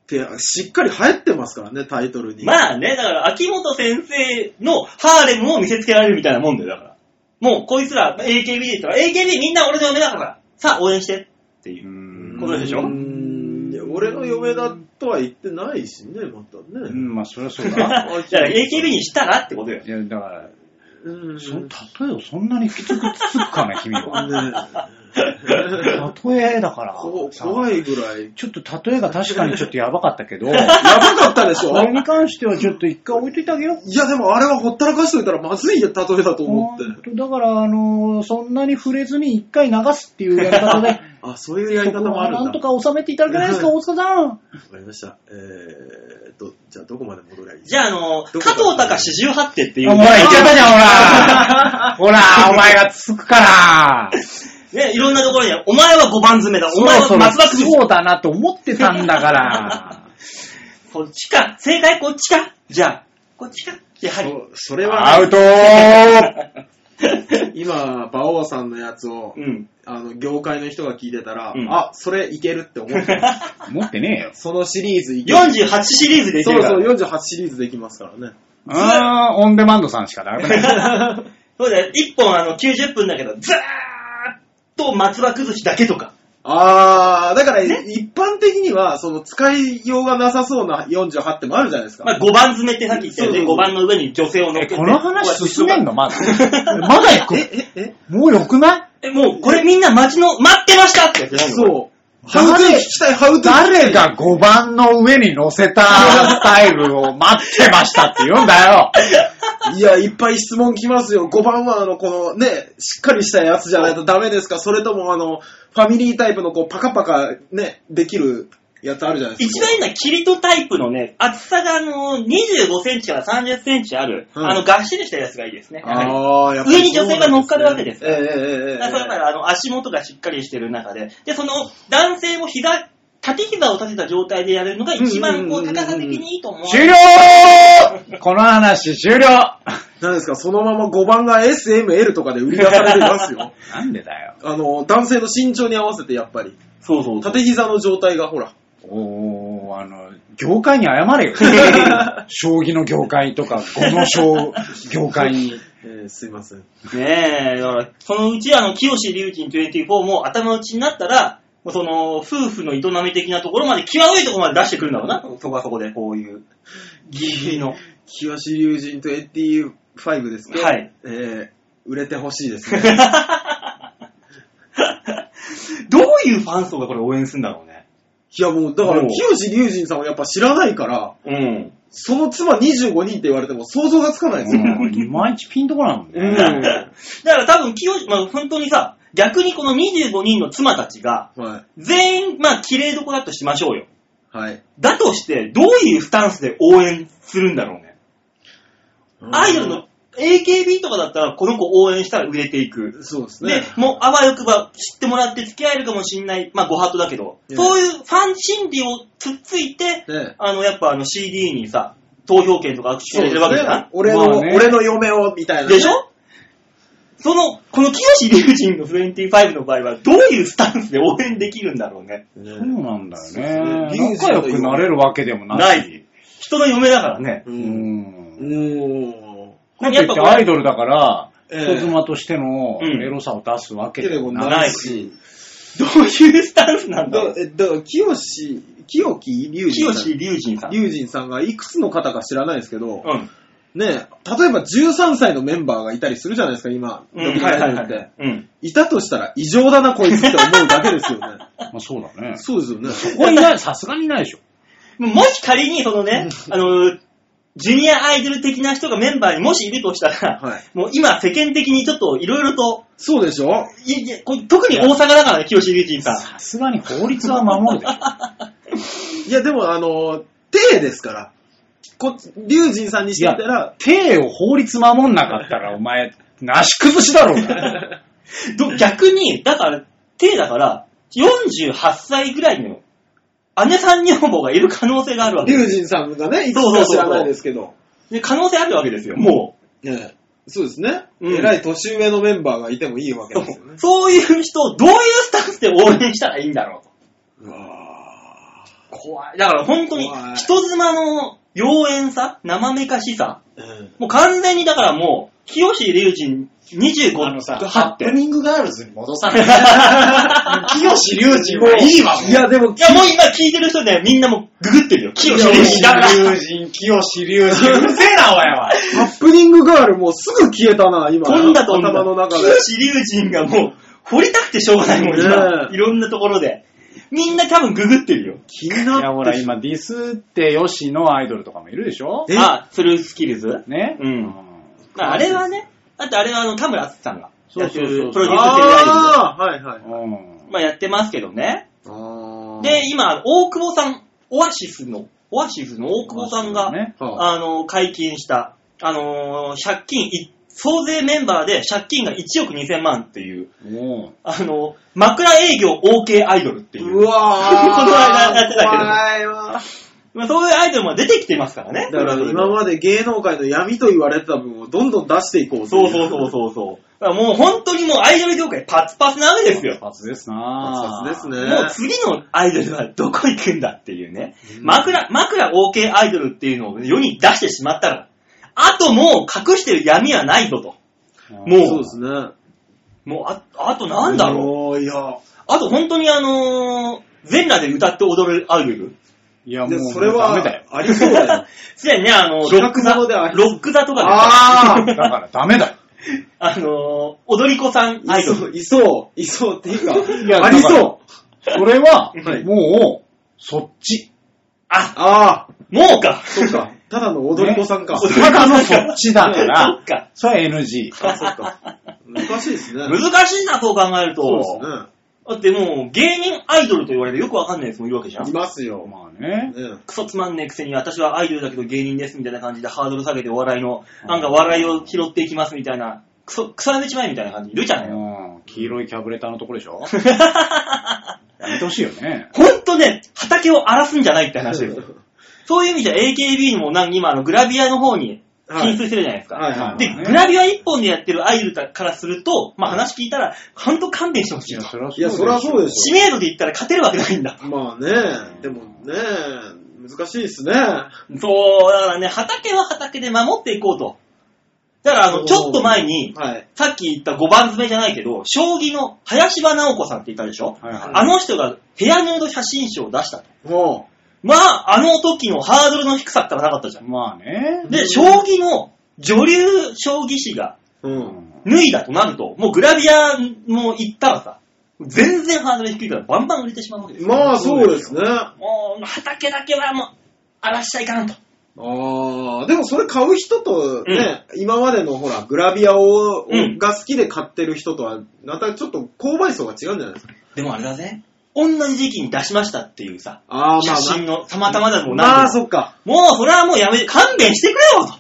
Speaker 3: てしっかり入ってますからね、タイトルに。
Speaker 2: まあね、だから、秋元先生のハーレムを見せつけられるみたいなもんだよ、だから。もう、こいつら、AKB で言ったら、AKB みんな俺の嫁だから、さあ応援してっていうう。
Speaker 4: ん
Speaker 2: これでしょ
Speaker 3: うーんいや俺の嫁だとは言ってないしね、また
Speaker 4: う
Speaker 3: ね。
Speaker 4: ん、まあ、そりゃそう
Speaker 2: だ
Speaker 4: だ。
Speaker 2: か ら AKB にしたらってことよ。
Speaker 4: いや、だから、
Speaker 3: うん
Speaker 4: そ例えをそんなにきつくつつくかな、君は。
Speaker 3: ね
Speaker 4: 例えだから
Speaker 3: こ、
Speaker 4: さ
Speaker 3: 怖いぐらい。
Speaker 4: ちょっと例えが確かにちょっとやばかったけ ど、
Speaker 3: やばかったでしょ
Speaker 4: そ れに関してはちょっと一回置いといてあげよう。
Speaker 3: いや、でもあれはほったらかしといたらまずいや、例えだと思って。
Speaker 4: ほんとだから、あのーそんなに触れずに一回流すっていうやり方で、
Speaker 3: あ、そういうやり方もある
Speaker 4: なん
Speaker 3: だ。
Speaker 4: んと
Speaker 3: わ
Speaker 4: か収めていただけないですか、
Speaker 3: うん
Speaker 4: 大塚さん。
Speaker 3: かりました。えーっと、じゃあどこまで戻りゃいい
Speaker 2: じゃあ、あの、
Speaker 3: どこ
Speaker 2: 加藤隆48手っていう。
Speaker 4: お前、言っちゃったじゃん、 ほら。ほら、お前がつくから。
Speaker 2: ね、いろんなところに、お前は5番詰めだ、お前は
Speaker 4: そろ
Speaker 2: 松葉
Speaker 4: そろ
Speaker 2: 詰
Speaker 4: そうだなと思ってたんだから。
Speaker 2: め。こっちか、正解こっちか。じゃあ、こっちか。やはり。
Speaker 3: そそれは、
Speaker 4: ウト
Speaker 3: 今、馬王さんのやつを
Speaker 2: う、ん。
Speaker 3: あの、業界の人が聞いてたら、
Speaker 2: うん
Speaker 3: あ、それいけるって思って ます
Speaker 4: 持ってねえよ。
Speaker 3: そのシリーズいける。
Speaker 2: 48シリーズでいけ
Speaker 3: そう
Speaker 2: るから。
Speaker 3: そう、48シリーズできますからね。
Speaker 4: あー、オンデマンドさんしかダメ だ。
Speaker 2: そうだよ。1本あの90分だけど、ずーっと松葉崩しだけとか。
Speaker 3: あー、だから、一般的には、その、使いようがなさそうな48ってもあるじゃないですか。
Speaker 2: まあ5番詰めってさっき言ったよね。
Speaker 3: そうそうそう
Speaker 2: 5番の上に女性を乗っけて。
Speaker 4: この話進めんのまだ。まだ行く。
Speaker 3: え、え、
Speaker 4: もう良くない
Speaker 2: え、もうこれみんな待ちの、待ってましたってやつ
Speaker 3: え、
Speaker 2: じゃないの
Speaker 3: そう。ハ
Speaker 4: 誰
Speaker 3: ウトゥー聞きたい、ハウトゥー。
Speaker 4: 誰が5番の上に乗せたスタイルを待ってましたって言うんだよ。
Speaker 3: いや、いっぱい質問来ますよ。5番は、あの、このね、しっかりしたやつじゃないとダメですかそれとも、あの、ファミリータイプの、こう、パカパカ、ね、できるやつあるじゃないです
Speaker 2: 一
Speaker 3: か。
Speaker 2: 番いいのはキリトタイプのね、厚さがあの、25センチから30センチある、
Speaker 3: うん
Speaker 2: あの、がっしりしたやつがいいですね。やはり
Speaker 3: ああ、やっぱり
Speaker 2: 上に女性が乗っかるわけです
Speaker 3: ええええええええ
Speaker 2: だからやっぱりあの、足元がしっかりしてる中で、で、その、男性も膝、縦膝を立てた状態でやるのが一番こ
Speaker 3: うんうん
Speaker 2: う、
Speaker 3: うんうん
Speaker 2: 高さ的にいいと思う。
Speaker 4: 終了この話終了
Speaker 3: 何ですか、そのまま5番が SML とかで売り出されます よ。
Speaker 4: なんでだよ。
Speaker 3: あの、男性の身長に合わせて、やっぱり。
Speaker 2: そうそうそう。
Speaker 3: 縦膝の状態が、ほら。
Speaker 4: おー、あの、業界に謝 れよ。将棋の業界とか、この将、業 界に。
Speaker 3: えーすいません。
Speaker 2: ねえ、だから、そのうちあの、清志隆人24も頭打ちになったら、もうその、夫婦の営み的なところまで、際どいところまで出してくるんだろうな、そこはそこで、こういう、ギリギリの。
Speaker 3: 清志龍神25ですけど、
Speaker 2: はい
Speaker 3: えー売れてほしいですね。
Speaker 2: どういうファン層がこれ応援するんだろうね。
Speaker 3: いやもう、だから
Speaker 2: も、う
Speaker 3: 清志龍神さんをやっぱ知らないから、
Speaker 2: うん。
Speaker 3: その妻25人って言われても想像がつかないですよ。
Speaker 4: うんいまいちピンとこないもん
Speaker 3: うん。
Speaker 4: ね。
Speaker 2: だから多分、清志、まあ本当にさ、逆にこの25人の妻たちが、
Speaker 3: はい。
Speaker 2: 全員、まあ、綺麗どこだとしましょうよ。
Speaker 3: はい。
Speaker 2: だとして、どういうスタンスで応援するんだろうね。アイドルの、AKB とかだったら、この子応援したら売れていく。
Speaker 3: そうです
Speaker 2: で
Speaker 3: ね。、
Speaker 2: もう、あわよくば知ってもらって付き合えるかもしんない、まあ、ご法度だけど、
Speaker 3: うん
Speaker 2: そういうファン心理をつっついて、
Speaker 3: ね
Speaker 2: あの、やっぱあの CD にさ、投票権とか握手
Speaker 3: そ
Speaker 2: さ
Speaker 3: うで
Speaker 2: れて
Speaker 3: す
Speaker 2: るわけじゃない
Speaker 3: ね。俺の、
Speaker 4: まあね
Speaker 3: 俺の嫁を、みたいなね、
Speaker 2: でしょその、この清志隆人の25の場合は、どういうスタンスで応援できるんだろうね。
Speaker 3: ね
Speaker 4: そうなんだよ
Speaker 3: そう
Speaker 4: ね。
Speaker 3: です
Speaker 4: 仲
Speaker 3: ね
Speaker 4: 良くなれるわけでもな。
Speaker 2: ないい。人の嫁だからね。
Speaker 3: う。
Speaker 4: うんん。
Speaker 3: も
Speaker 4: かといってアイドルだから、
Speaker 3: ええ
Speaker 4: 人妻としての
Speaker 2: うん
Speaker 4: エロさを出すわ
Speaker 3: う、
Speaker 4: け
Speaker 3: け
Speaker 4: で
Speaker 3: れ
Speaker 4: も
Speaker 3: ど
Speaker 4: ない。
Speaker 3: ないし。
Speaker 2: どういうスタンスなんだろ
Speaker 3: だ
Speaker 2: う。
Speaker 3: えだから、清志、清木龍
Speaker 2: 清
Speaker 3: 神さん。
Speaker 2: 志隆人さん。
Speaker 3: 龍神さんがいくつの方か知らないですけど、
Speaker 2: うん。
Speaker 3: ね例えば13歳のメンバーがいたりするじゃないですか、今。
Speaker 2: うん。
Speaker 3: ドキュメンタリー
Speaker 2: は
Speaker 3: っ
Speaker 2: い
Speaker 3: て
Speaker 2: はい。うん。
Speaker 3: いたとしたら異常だな、こいつって思うだけですよ ね。
Speaker 4: まあそうだね。
Speaker 3: そうですよね。
Speaker 4: ここいない、さすがにないでしょ。
Speaker 2: もし仮に、そのね、あの、ジュニアアイドル的な人がメンバーにもしいるとしたら、
Speaker 3: はい
Speaker 2: もう今世間的にちょっといろいろと、
Speaker 3: そうでしょ
Speaker 2: いいこ特に大阪だからね、清志隆人さん。
Speaker 4: さすがに法律は守るでしょ。
Speaker 3: いや、でも、あの、手ですから。こ、龍神さんにしてみたら、
Speaker 4: 手を法律守んなかったら、お前、なし崩しだろうが。
Speaker 2: ど逆に、だから、手だから、48歳ぐらいの姉さん女房がいる可能性があるわけ
Speaker 3: 龍
Speaker 2: です。
Speaker 3: 神さんがね、いつか知らないですけど。
Speaker 2: で可能性あるわけですよ、もう。
Speaker 3: ねそうですね。
Speaker 2: うん
Speaker 3: 偉い年上のメンバーがいてもいいわけ
Speaker 2: そう
Speaker 3: ですよね。
Speaker 2: そういう人をどういうスタンスで応援したらいいんだろうと。
Speaker 3: うわぁ
Speaker 2: 怖い。だから本当に
Speaker 3: 怖い
Speaker 2: 人妻の妖艶さ、生めかしさ、
Speaker 3: うん
Speaker 2: もう完全にだからもう、清志隆人25
Speaker 1: あのさ、
Speaker 2: は
Speaker 1: ハ
Speaker 2: って。
Speaker 1: プ
Speaker 2: い
Speaker 1: ニングガールズに戻さない。清志隆人はいいわ、もう
Speaker 3: いや、でも、
Speaker 2: やもう今聞いてる人でみんなもうググってるよ。清志隆人だ
Speaker 1: 清志隆人、清志隆人。うるせえな、お前は。
Speaker 3: ハプニングガールもうすぐ消えたな、今。
Speaker 2: 飛んだ飛んだ。
Speaker 3: 頭の中で。
Speaker 2: 清志隆人がもう、掘りたくてしょうがないもん、今
Speaker 3: ね。え
Speaker 2: いろんなところで。みんな多分ググってるよ。
Speaker 3: 気に
Speaker 4: いや、
Speaker 3: な
Speaker 4: ほ
Speaker 3: っ
Speaker 4: ら、
Speaker 3: て。
Speaker 4: 今、ディスってよしのアイドルとかもいるでしょ
Speaker 3: え
Speaker 2: あ、スルースキルズ
Speaker 4: ね
Speaker 2: うんまああれはね、だってあれはあの、田村淳さんがやって
Speaker 4: そうそうそ
Speaker 2: る
Speaker 4: う
Speaker 2: プロデュースしてるアイドルで
Speaker 3: ああ、はいはい。
Speaker 4: うん。
Speaker 2: まあやってますけどね。
Speaker 3: あー
Speaker 2: で、今、大久保さん、オアシスの、オアシスの大久保さんが、
Speaker 4: ね。
Speaker 3: はあ
Speaker 2: あの、解禁した、あのー借金い、総勢メンバーで借金が1億2000万っていう、
Speaker 4: おう
Speaker 2: あの、枕営業 OK アイドルっていうう、
Speaker 3: わぁ
Speaker 2: この間やってたけど
Speaker 3: 怖いわ
Speaker 2: まあ、そういうアイドルも出てきてますからね。
Speaker 3: だから今まで芸能界の闇と言われてた分をどんどん出していこうとい
Speaker 2: そうそうそうそうそう。だからもう本当にもうアイドル業界パツパツなわけですよ。
Speaker 4: パツですな
Speaker 3: あーそうで
Speaker 2: もう次のアイドルはどこ行くんだっていうね。
Speaker 3: すね。
Speaker 2: 枕、枕 OK アイドルっていうのを世に出してしまったら、あともう隠してる闇はないぞと。も
Speaker 3: そうですね。
Speaker 2: もうあ、あとなんだろう。
Speaker 3: ういや。
Speaker 2: あと本当にあのー、全裸で歌って踊るアイド ル。
Speaker 4: いや、も
Speaker 3: で、
Speaker 4: う、
Speaker 3: それ
Speaker 4: ダ
Speaker 3: は
Speaker 4: メだよ。、
Speaker 3: ありそうだ よ。
Speaker 2: すでにね、あの、ロ
Speaker 3: 企
Speaker 2: ッ
Speaker 3: 画
Speaker 2: ク座、
Speaker 3: ものでは
Speaker 2: ロック座とかで
Speaker 3: あ
Speaker 4: だから、ダメだよ。
Speaker 2: あのー、踊り子さんア
Speaker 3: い
Speaker 2: イドル。
Speaker 3: そう、いそう、いそうっていう
Speaker 4: いや
Speaker 3: か、あり
Speaker 4: だ
Speaker 3: そう。
Speaker 4: それは
Speaker 3: はい、
Speaker 4: もう、そっち。
Speaker 2: あ、
Speaker 3: ああ、
Speaker 2: もうか。
Speaker 3: そうか。ただの踊り子さんか。
Speaker 2: ね
Speaker 4: ただのそっちだか
Speaker 2: そっ
Speaker 4: ら、
Speaker 2: か。
Speaker 4: それは NG。
Speaker 3: あ、そうか。難しいですね。
Speaker 2: 難しいな、そう考えると。
Speaker 3: そうです
Speaker 2: だってもう芸人アイドルと言われてよくわかんないやつもいるわけじゃ
Speaker 3: ね。い
Speaker 2: ん。
Speaker 3: ますよ。
Speaker 4: まあね。
Speaker 3: ね
Speaker 2: クソつまんねえくせに私はアイドルだけど芸人ですみたいな感じでハードル下げてお笑いの、なんか笑いを拾っていきますみたいな、クソ、クソやめちまえみたいな感じいるじゃないの。
Speaker 4: うん黄色いキャブレターのとこでし ょやめてほしいよね。
Speaker 2: ほんとね、畑を荒らすんじゃないって話ですよ。そういう意味じゃ AKB もなんか今あのグラビアの方に進出してるじゃないですか。
Speaker 3: はいはい。
Speaker 2: で、
Speaker 4: まあね
Speaker 2: グラビア一本でやってるアイドルだからすると、まあ話聞いたら、ほんと勘弁してほしいと。
Speaker 4: りゃ
Speaker 3: いや、そりゃそうで
Speaker 4: し
Speaker 3: し
Speaker 2: 知名度で言ったら勝てるわけないんだ。
Speaker 3: ょ。まあね、でもね、難しいですね。
Speaker 2: そう、だからね、畑は畑で守っていこうと。だから、あ
Speaker 3: お
Speaker 2: の、
Speaker 3: ー
Speaker 2: ちょっと前に、
Speaker 3: はい。
Speaker 2: さっき言った5番詰めじゃないけど、将棋の林場直子さんって言ったでしょ、
Speaker 4: はいはい
Speaker 2: あの人がヘアヌード写真集を出したと。
Speaker 3: も
Speaker 2: まあ、あの時のハードルの低さったらなかったじゃん。
Speaker 4: まあね。
Speaker 2: で、将棋の女流将棋士が
Speaker 3: う、う。
Speaker 4: うんん
Speaker 2: 脱いだとなると、もうグラビアも行ったらさ、全然ハードル低いからバンバン売れてしまうわけですよ。
Speaker 3: まあ、そうですね。
Speaker 2: もう、畑だけはもう、荒らしちゃいかんと。
Speaker 3: ああ、でもそれ買う人とね、今までのほら、グラビアを、
Speaker 2: うん
Speaker 3: が好きで買ってる人とは、またちょっと購買層が違うんじゃないですか。
Speaker 2: でもあれだぜ。同じ時期に出しましたっていうさ、
Speaker 3: あ
Speaker 2: 写真の、たまたまだもん
Speaker 3: ま
Speaker 2: な
Speaker 3: あ、
Speaker 2: んでも
Speaker 3: そっか。
Speaker 2: もうそれはもうやめて、勘弁してくれよと。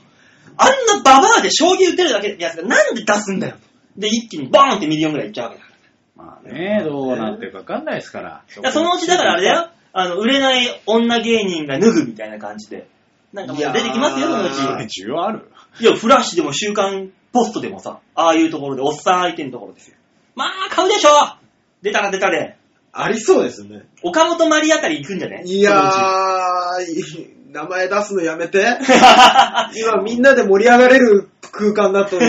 Speaker 2: あんなババアで将棋打てるだけのやつがなんで出すんだよ。で、一気にボーンってミリオンぐらいいっちゃうわけだから。
Speaker 4: まあね、どうなってるかわかんないですから。
Speaker 2: だからそのうちだからあれだよ。あの、売れない女芸人が脱ぐみたいな感じで。なんかもう出てきますよ、
Speaker 3: い
Speaker 2: そ
Speaker 3: や
Speaker 2: のう
Speaker 3: ー
Speaker 2: ち。
Speaker 4: 需要ある
Speaker 2: いや、フラッシュでも週刊ポストでもさ、ああいうところで、おっさん相手のところですよ。まあ、買うでしょ出たら出たで。
Speaker 3: ありそうですね。
Speaker 2: 岡本まりあたり行くんじゃね
Speaker 3: いや
Speaker 2: そのう
Speaker 3: ー、い名前出すのやめて。今みんなで盛り上がれる空間だと、急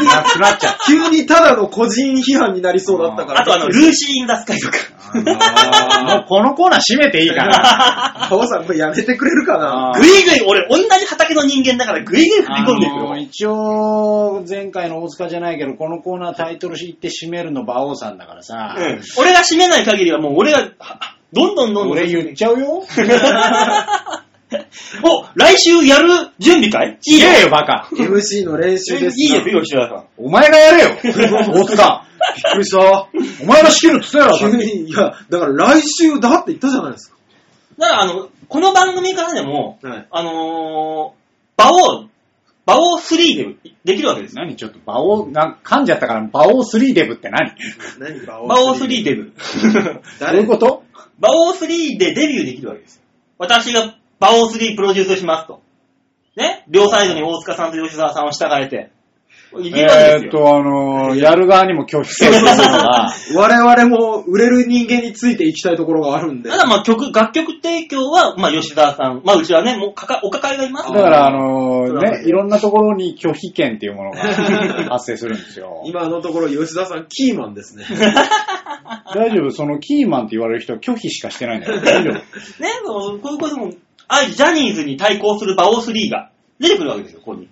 Speaker 3: に、
Speaker 4: なくなっち ゃう。
Speaker 3: 急にただの個人批判になりそうだったか
Speaker 2: ち
Speaker 3: ら。
Speaker 2: あとあの、ルーシー・イン・ザ・スカイとか。
Speaker 4: あーもうこのコーナー閉めていいから。
Speaker 3: カオさん、これやめてくれるかな
Speaker 4: あー
Speaker 2: ぐいぐい、俺、同じ畑の人間だから、ぐいぐい振り込んでいく
Speaker 4: あの
Speaker 2: よ。
Speaker 4: ー一応、前回の大塚じゃないけど、このコーナータイトル言って締めるの馬王さんだからさ、
Speaker 2: うん俺が締めない限りは、もう俺が、はどんどんどんどん。
Speaker 4: 俺言っちゃうよ。
Speaker 2: お、来週やる準備会い
Speaker 4: い
Speaker 2: いよ。
Speaker 4: やよ、バカ。
Speaker 3: ?MC の練習
Speaker 2: いい
Speaker 3: で
Speaker 2: ですす
Speaker 3: か
Speaker 2: よ、吉田さん。
Speaker 4: お前がやれよ。大塚。
Speaker 3: びっくりした。
Speaker 4: お前が仕切るっつったやろ、さ
Speaker 3: 急
Speaker 4: っき
Speaker 3: に、いや、だから来週だって言ったじゃないですか。
Speaker 2: だから、あの、この番組からでも、
Speaker 3: はい。
Speaker 2: あのー、馬王、馬王3でできるわけですよ。
Speaker 4: 何ちょっと、馬王、なんか噛んじゃったから、馬王3デブって何
Speaker 3: 何バ
Speaker 2: 馬王3でブ。
Speaker 4: どうい
Speaker 3: 誰
Speaker 4: うこと
Speaker 2: 馬王3でデビューできるわけですよ。私が馬王3プロデュースしますと。ね両サイドに大塚さんと吉沢さんを従えて。いけるわけ
Speaker 4: え
Speaker 2: で
Speaker 4: ーっ
Speaker 2: すよ。
Speaker 4: と、あのーやる側にも拒否するとか、
Speaker 3: 我々も売れる人間についていきたいところがあるんで
Speaker 2: た。だまあ曲、楽曲提供は、まあ吉沢さん。まあうちはね、もうかか、お抱えがいます
Speaker 4: だ
Speaker 2: か。
Speaker 4: からら、あの
Speaker 2: そう
Speaker 4: ー
Speaker 2: なんです
Speaker 4: ね、
Speaker 2: よ
Speaker 4: いろんなところに拒否権っていうも のが発生するんですよ。
Speaker 3: 今のところ吉田さんキーマンですね。
Speaker 4: 大丈夫そのキーマンって言われる人は拒否しかしてないんだ よ。大丈夫
Speaker 2: ね、そうこういうことも、あジャニーズに対抗するバオスリーが出てくるわけですよ、ここに。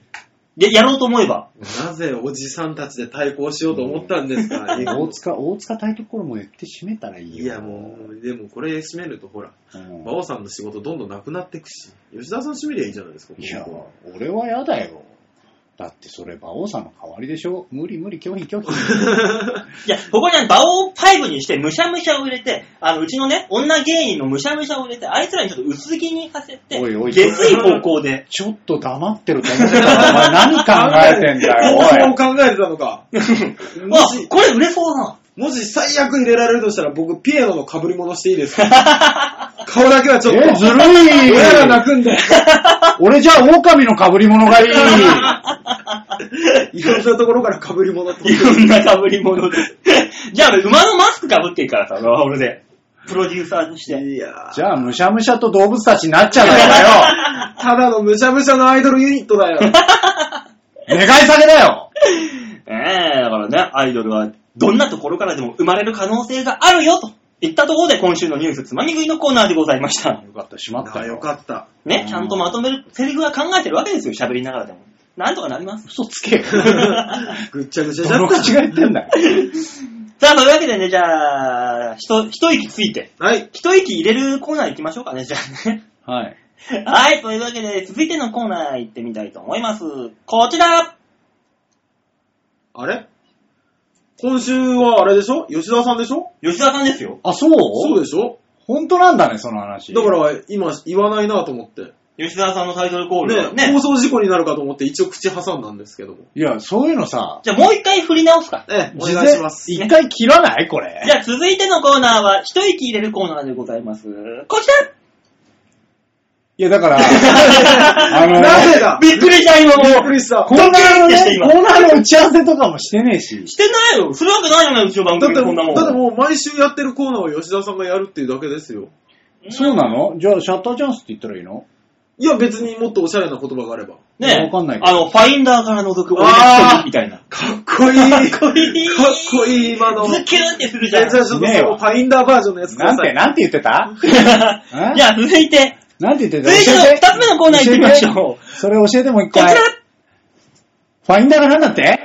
Speaker 2: で、やろうと思えば。
Speaker 3: なぜおじさんたちで対抗しようと思ったんですか、
Speaker 4: いや大塚、大塚大ところも言って閉めたらいいよ。
Speaker 3: いやもう、でもこれ閉めるとほら、
Speaker 4: うん
Speaker 3: 馬王さんの仕事どんどんなくなってくし、吉田さん閉めりゃいいじゃないですか、
Speaker 4: いや
Speaker 3: ここ、
Speaker 4: 俺はやだよ。だってそれ、馬王さんの代わりでしょ無理無理、拒 否拒否。
Speaker 2: いや、ここにあのバオ5にして、むしゃむしゃを入れて、あの、うちのね、女芸人のむしゃむしゃを入れて、あいつらにちょっと薄着にさせて、
Speaker 4: おいおい
Speaker 2: 下水方向 で。
Speaker 4: ちょっと黙ってると思ってたら、お前何考えてんだ
Speaker 3: こ
Speaker 4: よ、
Speaker 3: も考えてたの か。も
Speaker 2: わ
Speaker 3: し、、
Speaker 2: これ売れそうだな。
Speaker 3: もし最悪入れられるとしたら僕、ピエロの被り物していいです か顔だけはちょ
Speaker 4: お
Speaker 3: っ
Speaker 4: い。
Speaker 3: と。
Speaker 4: え、ずるい
Speaker 3: 親が泣くんで、
Speaker 4: 俺じゃあ狼の被り物がいい
Speaker 3: いろんなところから被り物取
Speaker 2: い
Speaker 3: って。
Speaker 2: ろんな被り物で。 じゃあ俺、馬のマスク被っていいからさ、バオルで。プロデューサーにして。
Speaker 3: いや
Speaker 4: じゃあ、むしゃむしゃと動物たちになっちゃうんだよ
Speaker 3: ーただのむしゃむしゃのアイドルユニットだよ。
Speaker 4: 願い下げだよ
Speaker 2: ええだからね、アイドルはどんなところからでも生まれる可能性があるよと。言ったところで今週のニュースつまみ食いのコーナーでございました。
Speaker 4: よかった、しまった
Speaker 3: あよ
Speaker 4: よ。
Speaker 3: かった。
Speaker 2: ね、ちゃんとまとめる、セリフは考えてるわけですよ、喋りながらでも。なんとかなります。
Speaker 4: 嘘つけ よ。
Speaker 3: ぐっちゃぐちゃじゃ
Speaker 4: ど
Speaker 3: っ
Speaker 4: の口が言ってんだよ。
Speaker 2: さあ、というわけでね、じゃあ、ひと、一息ついて、
Speaker 3: た。はい。
Speaker 2: 一息入れるコーナー行きましょうかね、じゃあ ね。
Speaker 4: はい。
Speaker 2: はい、というわけで、続いてのコーナー行ってみたいと思います。こちら
Speaker 3: あれ今週はあれでしょ吉田さんでしょ
Speaker 2: 吉田さんですよ。
Speaker 4: あ、そう
Speaker 3: そうでしょ
Speaker 4: 本当なんだね、その話。
Speaker 3: だか、ら今言わないなと思って。
Speaker 2: 吉田さんのタイトルコールが
Speaker 3: ね
Speaker 2: ね。
Speaker 3: 放送事故になるかと思って一応口挟んだんですけども。
Speaker 4: いや、そういうのさ、
Speaker 2: じゃあもう一回振り直すか。
Speaker 3: ええ、お
Speaker 4: 事
Speaker 3: 願いします。
Speaker 4: 前一回切らないこれ
Speaker 2: じ。ゃあ続いてのコーナーは、一息入れるコーナーでございます。こち
Speaker 4: いや、だ から、あの、
Speaker 3: なぜだ
Speaker 2: らびっくりした、今
Speaker 3: びっく
Speaker 2: もう
Speaker 3: りした。
Speaker 4: こんなの
Speaker 2: ドキッてし
Speaker 4: ね
Speaker 2: て、今
Speaker 4: こんなの打ち合わせとかもしてねえし。
Speaker 2: してないよするわけないじゃないうちの番
Speaker 3: だっ
Speaker 2: 組
Speaker 3: て
Speaker 2: でこんな
Speaker 3: も
Speaker 2: も
Speaker 3: う、
Speaker 2: ん。
Speaker 3: だってもう毎週やってるコーナーを吉田さんがやるっていうだけですよ。
Speaker 4: そうなのじゃあ、シャッターチャンスって言ったらいいの
Speaker 3: いや別にもっとおしゃれな言葉があれば。
Speaker 2: ね
Speaker 4: わかんないけど
Speaker 2: あの、ファインダーから覗く俺の一人みたいな。
Speaker 3: かっこいい。かっ
Speaker 2: こいい
Speaker 3: こいい、今の。
Speaker 2: ズキューンってす
Speaker 3: え
Speaker 2: るじ
Speaker 3: じ
Speaker 2: ゃ
Speaker 3: ゃ
Speaker 2: ん。
Speaker 3: あ
Speaker 2: じ
Speaker 3: ち
Speaker 2: ゃ
Speaker 3: ょっとそのファインダーバージョンのやつく
Speaker 4: な
Speaker 3: だ
Speaker 4: ん
Speaker 3: さ
Speaker 4: て、
Speaker 3: い。
Speaker 4: なんて言ってた え
Speaker 2: あ続いて、
Speaker 4: なんて言ってた
Speaker 2: 続いての二つ目のコーナー行ってみましょう
Speaker 4: 教えてそれ教えてもう一
Speaker 2: こちら
Speaker 4: 回。ファインダーがなんだって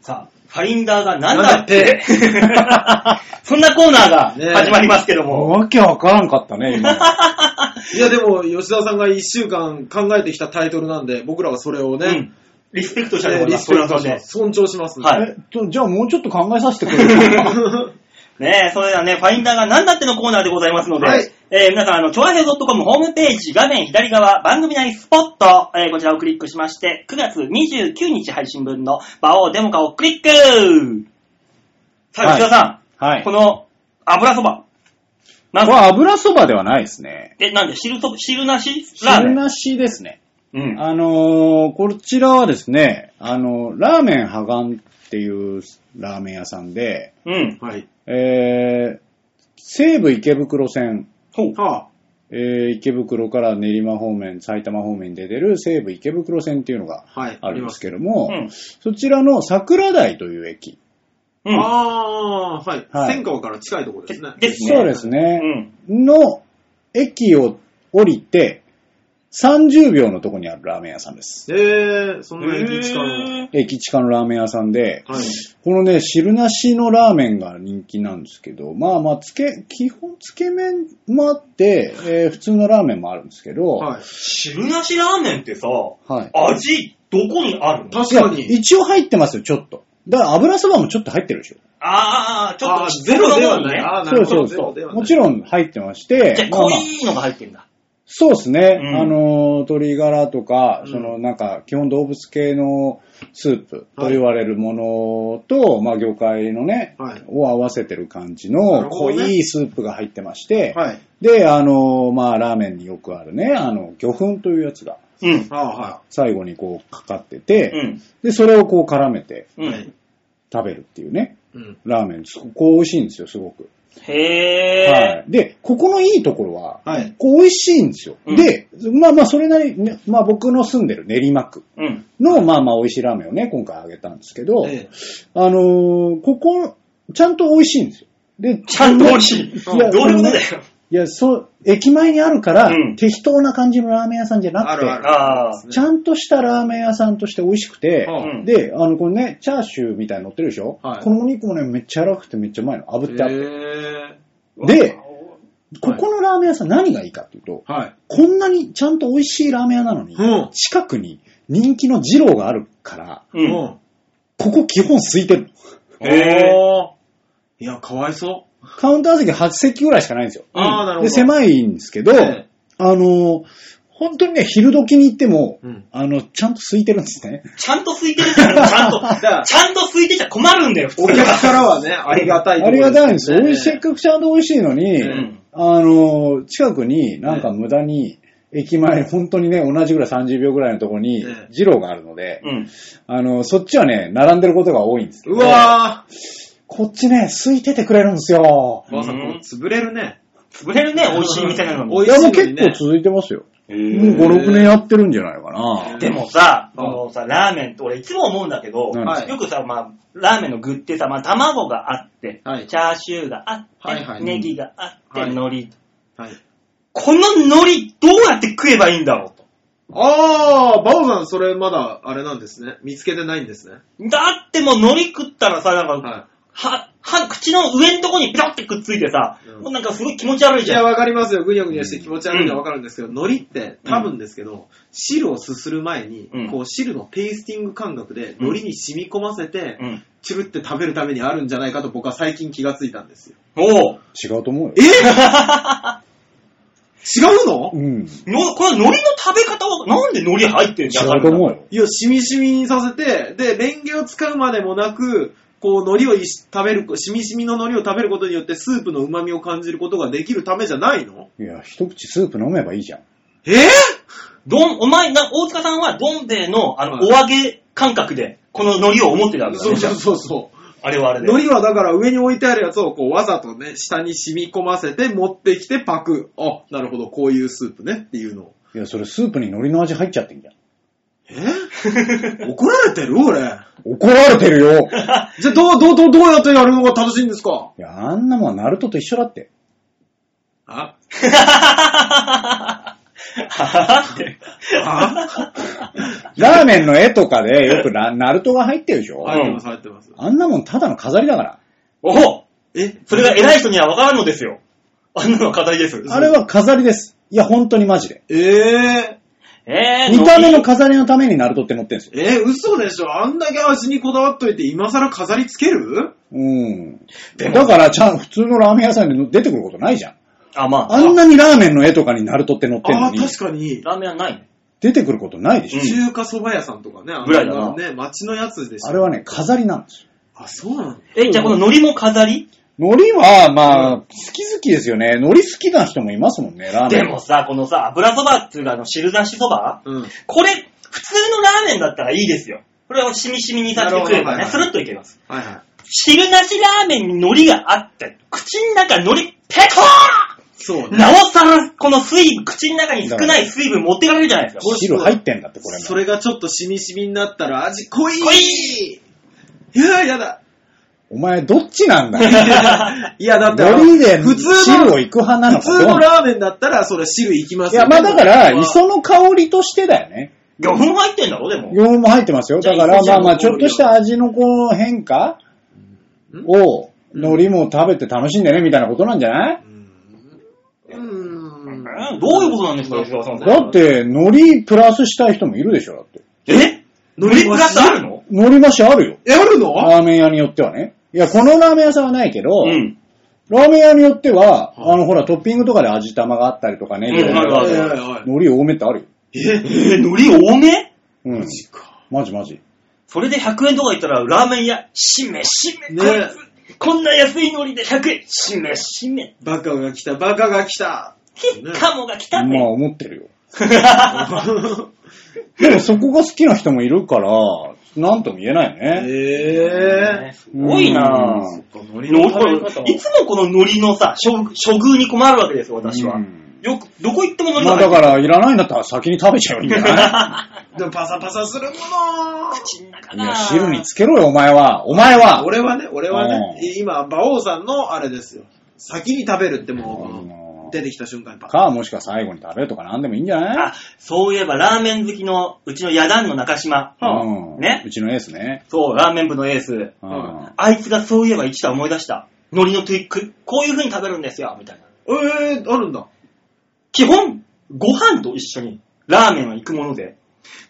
Speaker 2: さあ、ファインダーがなんだって。
Speaker 4: なんだ
Speaker 2: そんなコーナーが始まりますけども。
Speaker 4: わけわからんかったね、今。
Speaker 3: いやでも吉田さんが一週間考えてきたタイトルなんで、僕らはそれをね、
Speaker 2: うん。リスペクトしたいと
Speaker 3: ね
Speaker 2: 思い
Speaker 3: リ
Speaker 2: ます。
Speaker 3: スペクトし
Speaker 2: それ
Speaker 3: ま
Speaker 2: は
Speaker 3: す。
Speaker 2: そ
Speaker 3: 尊重しますね。
Speaker 2: はい
Speaker 4: えっと、じゃあもうちょっと考えさせてくれ る
Speaker 2: れでねえ、それではね、ファインダーがなんだってのコーナーでございますので、
Speaker 3: はい
Speaker 2: えー皆さん、あの、超愛 .com ホームページ画面左側、番組内スポット、えーこちらをクリックしまして、9月29日配信分の馬王デモカをクリックさあ、
Speaker 4: はい
Speaker 2: 吉田さん、
Speaker 4: はい。
Speaker 2: こ
Speaker 4: こ
Speaker 2: の油そば。なん
Speaker 4: れ
Speaker 2: か、
Speaker 4: は油そばではないですね。
Speaker 2: え、なんで、汁と、汁なしラーメ
Speaker 4: 汁
Speaker 2: ン。
Speaker 4: なしですね。
Speaker 2: うん。
Speaker 4: あのー、こちらはですね、あの、ラーメンハガンっていうラーメン屋さんで、
Speaker 2: うん。
Speaker 3: はい。
Speaker 4: えー、西武池袋線、
Speaker 2: ほう。
Speaker 3: はあ、
Speaker 4: えー、池袋から練馬方面、埼玉方面に出てる西武池袋線っていうのが
Speaker 3: はい。
Speaker 4: あるんですけど
Speaker 2: う
Speaker 4: も、
Speaker 2: ん。
Speaker 4: そちらの桜台という駅、
Speaker 2: うん。
Speaker 3: ああー、はい。
Speaker 4: はい
Speaker 3: 千川から近いところですね。
Speaker 2: ですね。
Speaker 4: そうですね、
Speaker 2: うん。
Speaker 4: の駅を降りて、30秒のとこにあるラーメン屋さんです。
Speaker 3: えー、そんな駅近の。
Speaker 2: へー
Speaker 4: 駅近のラーメン屋さんで、
Speaker 3: はい。
Speaker 4: このね、汁なしのラーメンが人気なんですけど、まあまあ、つけ、基本つけ麺もあって、えー普通のラーメンもあるんですけど、
Speaker 3: はい。
Speaker 2: 汁なしラーメンってさ、
Speaker 4: はい
Speaker 2: 味、どこにあるの
Speaker 3: 確か
Speaker 4: い
Speaker 3: に。
Speaker 4: や一応入ってますよ、ちょっと。だから油そばもちょっと入ってるでしょ。
Speaker 2: あーあー、あーちょっ
Speaker 3: あ
Speaker 2: と、
Speaker 3: ーゼロではない。
Speaker 2: ね。
Speaker 3: あーな
Speaker 4: そ
Speaker 3: る
Speaker 4: う
Speaker 3: ほど
Speaker 4: そう
Speaker 3: ゼロ
Speaker 4: そ
Speaker 3: で
Speaker 4: う。
Speaker 3: はない
Speaker 4: もちろん入ってまして
Speaker 2: じゃあ、、
Speaker 4: まあ
Speaker 2: 濃
Speaker 4: まあ
Speaker 2: いのが入ってんだ。
Speaker 4: そうですね。
Speaker 2: うん
Speaker 4: あの、鶏ガラとか、
Speaker 3: うん
Speaker 4: その、なんか、基本動物系のスープと言われるものと、まあ、魚介のね、
Speaker 3: はい
Speaker 4: を合わせてる感じ
Speaker 3: な
Speaker 4: の
Speaker 3: るほ
Speaker 4: 濃
Speaker 3: どね
Speaker 4: いスープが入ってまして、
Speaker 3: はい。
Speaker 4: で、あの、まあ、ラーメンによくあるね、あの、魚粉というやつが、
Speaker 2: うん。
Speaker 3: ああ、は
Speaker 4: 最後にこう、かかってて、
Speaker 2: うん。
Speaker 4: で、それをこう絡めて
Speaker 3: い。
Speaker 2: う
Speaker 3: はい
Speaker 2: ん。。
Speaker 4: 食べるっていうね、
Speaker 3: うん。
Speaker 4: ラーメン、すこう美味しいんですよ、すごく。
Speaker 2: へえ。
Speaker 4: はい。で、ここのいいところは、
Speaker 3: はい。
Speaker 4: こう美味しいんですよ。
Speaker 2: うん
Speaker 4: で、まあまあ、それなりに、ねまあ僕の住んでる練馬区
Speaker 2: うん。
Speaker 4: の、まあまあ美味しいラーメンをね、今回あげたんですけど、
Speaker 3: ええ
Speaker 4: あのーここ、ちゃんと美味しいんですよ。で、
Speaker 2: ちゃんと美味しい。
Speaker 4: いや
Speaker 2: どういうことだよ。
Speaker 4: いや、そう、駅前にあるから、
Speaker 2: うん
Speaker 4: 適当な感じのラーメン屋さんじゃなくて、
Speaker 3: あるある
Speaker 2: ああ。
Speaker 4: ちゃんとしたラーメン屋さんとして美味しくて、
Speaker 3: は
Speaker 2: うん
Speaker 4: で、あの、これね、チャーシューみたいに乗ってるでしょ、
Speaker 3: はい
Speaker 4: このお肉もね、めっちゃ柔らかくてめっちゃうまいの。炙ってあって。
Speaker 3: へえ
Speaker 4: で、ここのラーメン屋さん何がいいかっていうと、
Speaker 3: はい。
Speaker 4: こんなにちゃんと美味しいラーメン屋なのに、
Speaker 3: うん
Speaker 4: 近くに人気の二郎があるから、
Speaker 2: う。
Speaker 3: うんん。
Speaker 4: ここ基本空いてる。
Speaker 2: へ
Speaker 3: おーいや、かわいそう。
Speaker 4: カウンター席8席ぐらいしかないんですよ。
Speaker 3: ああ、なるほど。
Speaker 4: で、狭いんですけど、
Speaker 3: ええ
Speaker 4: あの、本当にね、昼時に行っても、
Speaker 3: うん
Speaker 4: あの、ちゃんと空いてるんですね。
Speaker 2: ちゃんと空いてるから、ちゃん と。
Speaker 3: だ
Speaker 2: ちゃんと空いてちゃ困るんだよ、普通
Speaker 3: お客からは ね、ありがたいと
Speaker 4: あ
Speaker 3: こ
Speaker 4: り
Speaker 3: ろ
Speaker 4: が
Speaker 3: で
Speaker 4: た
Speaker 3: すね。
Speaker 4: いんですよ。美味しいせっかくちゃんと美味しいのに、
Speaker 2: ん
Speaker 4: あの、近くになんか無駄に、駅前、本当にね、同じぐらい30秒ぐらいのところに
Speaker 3: ええ、
Speaker 4: 二郎があるので、
Speaker 2: うん。
Speaker 4: あの、そっちはね、並んでることが多いんですけど
Speaker 3: うわー
Speaker 4: こっちね、空いててくれるんですよ。
Speaker 3: ばあさん、これ潰れるね。
Speaker 2: 潰れるね、美味しい店なのに。
Speaker 3: 美
Speaker 4: いや、
Speaker 3: 味し
Speaker 4: もう
Speaker 3: いの
Speaker 4: 結
Speaker 3: にね
Speaker 4: 構続いてますよ。
Speaker 2: へ
Speaker 4: もう
Speaker 2: ー
Speaker 4: 5、6年やってるんじゃないかな。
Speaker 2: でもさ、
Speaker 3: う
Speaker 2: あ
Speaker 3: ん
Speaker 2: のさ、ラーメンって俺いつも思うんだけど、
Speaker 4: 何
Speaker 3: はい
Speaker 2: よくさ、まあ、ラーメンの具ってさ、まあ、卵があって、
Speaker 3: はい
Speaker 2: チャーシューがあって、
Speaker 3: はいはい
Speaker 2: ネギがあって、
Speaker 3: はい
Speaker 2: 海苔。
Speaker 3: はい。
Speaker 2: この海苔、どうやって食えばいいんだろうと。
Speaker 3: ああ、バオさん、それまだ、あれなんですね。見つけてないんですね。
Speaker 2: だってもう海苔食ったらさ、なんか、
Speaker 3: は
Speaker 2: は、は、口の上のとこにピロってくっついてさ、
Speaker 3: うん
Speaker 2: もうなんかすごい気持ち悪い
Speaker 3: い。い
Speaker 2: じゃ
Speaker 3: や、
Speaker 2: ん。
Speaker 3: わかりますよ。ぐにゃぐにゃして気持ち悪いのはわかるんですけど、海苔って、多分ですけど、汁をすする前に
Speaker 2: うん、
Speaker 3: こう、汁のペースティング感覚で、海苔に染み込ませて
Speaker 2: う、ん。
Speaker 3: チュルって食べるためにあるんじゃないかと僕は最近気がついたんですよ。
Speaker 2: おう。
Speaker 4: 違うと思うよ。
Speaker 3: え違うの
Speaker 4: うん。違
Speaker 2: のこれ海苔の食べ方は、なんで海苔入ってんじゃん。
Speaker 4: うと思うよ。
Speaker 3: いや、しみしみにさせて、で、レンゲを使うまでもなく、こう、海苔をいし食べる、しみしみの海苔を食べることによって、スープの旨味を感じることができるためじゃないの
Speaker 4: いや、一口スープ飲めばいいじゃん。
Speaker 3: えぇ、
Speaker 2: どん、お前な、大塚さんはどん兵衛の、あの、お揚げ感覚で、この海苔を思ってたわけだ
Speaker 3: そう
Speaker 2: ね。
Speaker 3: そうそうそう。
Speaker 2: あれはあれ で。
Speaker 3: 海苔はだから上に置いてあるやつを、こう、わざとね、下に染み込ませて、持ってきてパク。あ、なるほど、こういうスープねっていうのを。
Speaker 4: いや、それスープに海苔の味入っちゃってんじゃん。
Speaker 3: えぇ 怒られてる俺。
Speaker 4: 怒られてる よ
Speaker 3: じゃあ、どう、どう、どう、どうやってやるのが正しいんですか
Speaker 4: いや、あんなもんはナルトと一緒だって。
Speaker 3: あ
Speaker 2: は って。
Speaker 3: あ
Speaker 4: ラーメンの絵とかでよく ラナルトが入ってるでしょ、
Speaker 2: はい
Speaker 3: 入ってます、入ってます。
Speaker 4: あんなもんただの飾りだから。
Speaker 2: おほ
Speaker 3: え
Speaker 2: それが偉い人には分からんのですよ。あんなのは課題です。
Speaker 4: あれは飾りです。いや、本当にマジで。
Speaker 3: えぇ、
Speaker 2: えー、
Speaker 4: 見た目の
Speaker 2: 海苔
Speaker 4: 飾りのためにナルトって乗ってんすよ。
Speaker 3: えー嘘でしょあんだけ味にこだわっといて、今更飾り付ける
Speaker 4: うん。
Speaker 2: でも
Speaker 4: だから、ちゃん、普通のラーメン屋さんに出てくることないじゃん。
Speaker 2: あ、まあ。
Speaker 4: あんなにラーメンの絵とかにナルトって載ってる
Speaker 3: あ
Speaker 4: の
Speaker 3: あ
Speaker 4: に
Speaker 3: ー、、確かに。
Speaker 2: ラーメンはないね。
Speaker 4: 出てくることないでしょ。
Speaker 2: うん
Speaker 3: 中華そば屋さんとかね、あの
Speaker 2: ぐらいだな
Speaker 3: ね、町のやつでしょ。
Speaker 4: あれはね、飾りなんですよ。
Speaker 3: あ、そうなの
Speaker 2: え、じゃあこの海苔も飾り
Speaker 4: 海苔は、まあ、好き好きですよね。海苔好きな人もいますもんね、ラーメ
Speaker 2: で
Speaker 4: ン。
Speaker 2: もさ、このさ、油そばっていうか、あの、汁出しそば
Speaker 3: うん。
Speaker 2: これ、普通のラーメンだったらいいですよ。これをしみしみにさせてくれば
Speaker 3: なる
Speaker 2: ね、
Speaker 3: ほ
Speaker 2: ス
Speaker 3: ど
Speaker 2: ルッといけます。
Speaker 3: はいはい。
Speaker 2: 汁なしラーメンに海苔があって、口の中海苔ペ
Speaker 3: そう
Speaker 2: コー
Speaker 3: ね。
Speaker 2: なおさら、この水分、口の中に少ない水分持ってかれるじゃない ですか。
Speaker 4: 汁入ってんだって、これも。
Speaker 3: それがちょっとしみしみになったら味濃い
Speaker 2: 濃
Speaker 3: いやー、やだ。
Speaker 4: お前、どっちなんだ
Speaker 3: いや、だってあの、
Speaker 4: 海苔で
Speaker 3: 普通
Speaker 4: 汁
Speaker 3: の、
Speaker 4: をいく派なの
Speaker 3: 普
Speaker 4: か
Speaker 3: 通
Speaker 4: ど
Speaker 3: の
Speaker 4: うなの
Speaker 3: ラーメンだったら、それ汁いきま
Speaker 4: い
Speaker 3: すよ
Speaker 4: や、
Speaker 3: ね
Speaker 4: まあだから、
Speaker 3: 僕は
Speaker 4: 磯の香りとしてだよね。
Speaker 2: 魚粉入ってんだろ、でも。
Speaker 4: 魚粉も入ってますよ。
Speaker 2: じゃあ
Speaker 4: だから、
Speaker 2: 磯
Speaker 4: まあ
Speaker 2: 汁
Speaker 4: まあ、
Speaker 2: の
Speaker 4: ちょっとした味のこう、変化を、
Speaker 3: うん
Speaker 4: 海苔も食べて楽しんでね、みたいなことなんじゃない
Speaker 3: うん。
Speaker 2: えーどういうことなんですか、吉沢さん。
Speaker 4: だって、海苔プラスしたい人もいるでしょ、だって。
Speaker 2: え海苔プラスあるの
Speaker 4: 海苔増しあるよ。
Speaker 3: え、あるの
Speaker 4: ラーメン屋によってはね。いや、このラーメン屋さんはないけど、
Speaker 2: うん。
Speaker 4: ラーメン屋によって
Speaker 3: は
Speaker 4: は、
Speaker 3: い
Speaker 4: あの、ほら、トッピングとかで味玉があったりとかね、
Speaker 2: うん
Speaker 4: いろいろ
Speaker 2: あるある
Speaker 3: はいはいはい。
Speaker 4: 海苔多めってあるよ。
Speaker 2: え、えー、海苔多め
Speaker 4: うん。
Speaker 3: か。
Speaker 4: マジマジ。
Speaker 2: それで100円とか言ったら、ラーメン屋、しめしめ、
Speaker 3: ね
Speaker 2: こいつこんな安い海苔で100円、しめしめ、
Speaker 3: バカが来た、バカが来た。
Speaker 2: ひ
Speaker 3: ね
Speaker 2: っかもが来
Speaker 4: まあ
Speaker 2: たね。
Speaker 4: 思ってるよ。でもそこが好きな人もいるから、なんとも言えないよね。
Speaker 3: え
Speaker 2: ねすごいな
Speaker 4: うん
Speaker 2: ぁ。
Speaker 3: ぇー。海苔の食べ方
Speaker 2: のいつもこの海苔のさ、処処遇に困るわけですよ、私は
Speaker 4: う。ん
Speaker 2: よく、どこ行っても海苔
Speaker 4: ま
Speaker 2: が入っ
Speaker 4: あだ
Speaker 2: て
Speaker 4: か
Speaker 2: る。
Speaker 4: ら、いらないんだったら先に食べち ゃうよりいいんじゃな
Speaker 3: でもパサパサするもの
Speaker 2: 口の中
Speaker 4: いい
Speaker 2: が
Speaker 4: や、汁につけろよ、お前は。お前は。
Speaker 3: 俺はね、俺はね
Speaker 4: う、
Speaker 3: 今、馬王さんのあれですよ。先に食べるっても
Speaker 4: う
Speaker 3: う、
Speaker 4: ん
Speaker 3: 出てきた瞬間にパカ
Speaker 4: か、もしくは最後に食べるとかなんでもいいんじゃない
Speaker 2: あ、そういえばラーメン好きのうちの野団の中島。
Speaker 4: うん
Speaker 2: ね
Speaker 4: うちのエースね。
Speaker 2: そう、ラーメン部のエース。
Speaker 4: う
Speaker 3: うん
Speaker 4: ん。
Speaker 2: あいつがそういえば言ってた思い出した。海苔のトゥイック、こういう風に食べるんですよ、みたいな。
Speaker 3: えー、あるんだ。
Speaker 2: 基本、ご飯と一緒にラーメンは行くもので、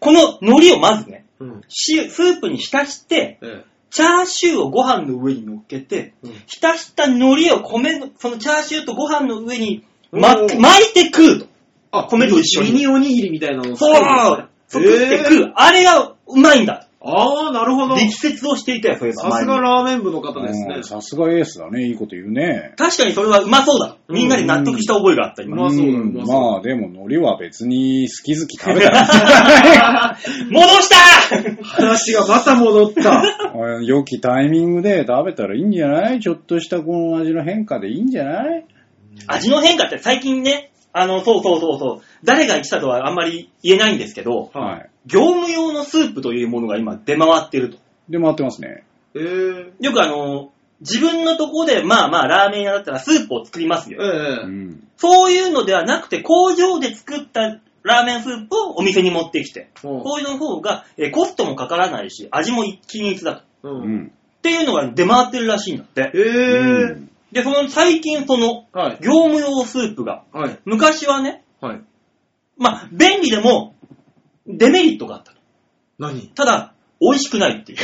Speaker 2: この海苔をまずね、
Speaker 3: うん。
Speaker 2: しスープに浸して、
Speaker 3: ええ
Speaker 2: チャーシューをご飯の上に乗っけて、
Speaker 3: うん
Speaker 2: 浸した海苔を米の、そのチャーシューとご飯の上に
Speaker 3: お
Speaker 2: 巻
Speaker 3: ー
Speaker 2: く巻いて食うと。
Speaker 3: あ
Speaker 2: 米と一緒に
Speaker 3: ミニおにぎりみたいなのを
Speaker 2: そう
Speaker 3: 作
Speaker 2: 作
Speaker 3: っ
Speaker 2: ってて食う。あれがうまいんだ。
Speaker 3: あー、なるほど。
Speaker 2: 力説をしていたよ、そういえば
Speaker 3: さすが
Speaker 2: 前に
Speaker 3: ラーメン部の方です
Speaker 4: う
Speaker 3: ね
Speaker 4: ん。さすがエースだね。いいこと言うね。
Speaker 2: 確かにそれはうまそうだ。みんなで納得した覚えがあった、今。
Speaker 3: うまそうだよ
Speaker 4: ん
Speaker 3: うまそう
Speaker 4: まあ、でも海苔は別に好き好き食べたら
Speaker 2: 戻したー
Speaker 3: 話がまた戻った。
Speaker 4: うん良きタイミングで食べたらいいんじゃないちょっとしたこの味の変化でいいんじゃない
Speaker 2: 味の変化って最近ね、あの、そうそうそうそう、誰が言ってたとはあんまり言えないんですけど、
Speaker 4: はい。
Speaker 2: 業務用のスープというものが今出回ってると。
Speaker 4: で、回ってますね。
Speaker 3: えー、
Speaker 2: よくあの、自分のとこで、まあまあ、ラーメン屋だったらスープを作ります
Speaker 3: え
Speaker 2: よ。
Speaker 4: う
Speaker 3: ー、
Speaker 4: ん。
Speaker 2: そういうのではなくて、工場で作ったラーメンスープをお店に持ってきて、こういうの方が、えーコストもかからないし、味も均一だ
Speaker 3: う。
Speaker 2: と。
Speaker 4: うん
Speaker 3: うん。
Speaker 4: ん。
Speaker 2: っていうのが出回ってるらしいんだって
Speaker 3: え。ー、
Speaker 4: うん
Speaker 2: で、その最近その、
Speaker 3: はい。
Speaker 2: 業務用スープが、
Speaker 3: はい。
Speaker 2: 昔はね、
Speaker 3: はい。
Speaker 2: まあ、便利でも、デメリットがあった。
Speaker 3: 何
Speaker 2: ただ、美味しくないっていう。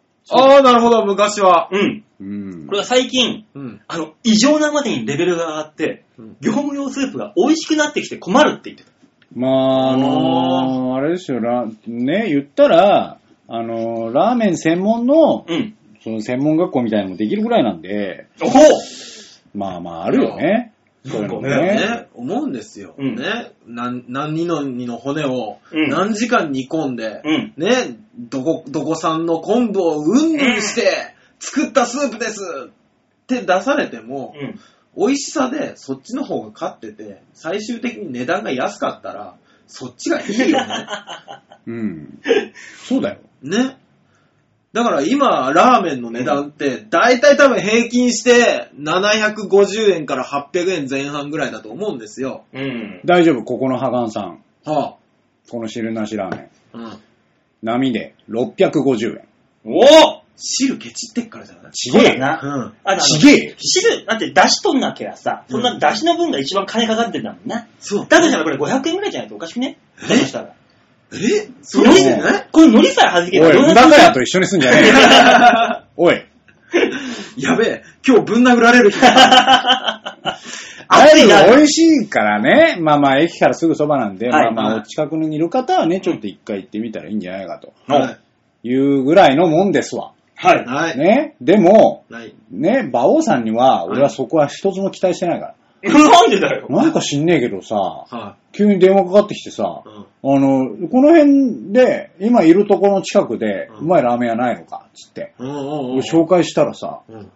Speaker 3: あー、なるほど、昔は。
Speaker 2: うん。
Speaker 4: うん
Speaker 2: これは最近、
Speaker 3: うん。
Speaker 2: あの、異常なまでにレベルが上がって、
Speaker 3: うん
Speaker 2: 業務用スープが美味しくなってきて困るって言ってた。
Speaker 4: まあ、あのーあれですよ、ラね、言ったら、あのーラーメン専門の、
Speaker 2: うん。
Speaker 4: その専門学校みたいなのもできるぐらいなんで、
Speaker 2: お
Speaker 4: まあまあ、あるよね。そういうの
Speaker 2: なんか
Speaker 4: ね。
Speaker 3: ね、思うんですよ。
Speaker 2: うん
Speaker 3: ね、なん何人の二の骨を
Speaker 2: うん
Speaker 3: 何時間煮込んで、
Speaker 2: うん
Speaker 3: ね、どこ、どこ産の昆布をうんぬんして作ったスープですって出されても、
Speaker 2: うん。
Speaker 3: 美味しさでそっちの方が勝ってて、最終的に値段が安かったら、そっちがいいよ ね。
Speaker 4: うん。そうだよ。
Speaker 3: ね。だから今、ラーメンの値段って、大体多分平均して、750円から800円前半ぐらいだと思うんですよ。
Speaker 2: うん。
Speaker 4: 大丈夫、ここのハガンさん。
Speaker 3: は
Speaker 4: この汁なしラーメン。
Speaker 3: あ。うん。
Speaker 4: 波で650円。
Speaker 2: おぉ
Speaker 3: 汁ケチってっからじゃない
Speaker 4: ちげえよ。
Speaker 2: な。
Speaker 3: うん。
Speaker 2: あの
Speaker 4: ちげえよ。
Speaker 2: 汁、だって出しとんなきゃさ、そんな出汁の分が一番金かかってんだもんな。
Speaker 3: そう。
Speaker 2: だとしたらこれ500円ぐらいじゃないとおかしくね
Speaker 3: え
Speaker 2: だとしたら。
Speaker 3: えそ
Speaker 2: 海
Speaker 3: れ
Speaker 2: 苔
Speaker 3: で
Speaker 4: で
Speaker 3: ね
Speaker 4: ね
Speaker 2: この海苔さえはじけ
Speaker 4: お
Speaker 2: たら
Speaker 4: い、
Speaker 2: どうな
Speaker 4: うだ
Speaker 2: っ
Speaker 4: か
Speaker 2: ちゃ
Speaker 4: や
Speaker 2: う
Speaker 4: と一緒にすんじゃ ねえよ。おい、
Speaker 3: やべえ、今日ぶん殴られ る日だ
Speaker 4: あ
Speaker 2: 熱
Speaker 4: れ
Speaker 2: いな。
Speaker 4: 美味しいからね。まあまあ、駅からすぐそばなんで、
Speaker 2: はい
Speaker 4: まあま
Speaker 3: は
Speaker 4: あ、
Speaker 3: い
Speaker 4: お近くにいる方はね、ちょっと一回行ってみたらいいんじゃないかと。
Speaker 3: はい。
Speaker 4: いうぐらいのもんですわ。
Speaker 2: はい。
Speaker 3: はい。
Speaker 4: ね。でも、
Speaker 3: はい。
Speaker 4: ね、馬王さんには、
Speaker 3: い
Speaker 4: 俺はそこは一つも期待してないから。
Speaker 2: なんでだよ。
Speaker 4: なんか知んねえけどさ、
Speaker 3: は
Speaker 4: 急に電話かかってきてさ、
Speaker 3: い。うん。
Speaker 4: あの、この辺で、今いるところの近くで、
Speaker 3: うん
Speaker 4: うまいラーメン屋ないのか、つって。
Speaker 3: うんうんうん。
Speaker 4: 俺紹介したらさ、
Speaker 3: うん。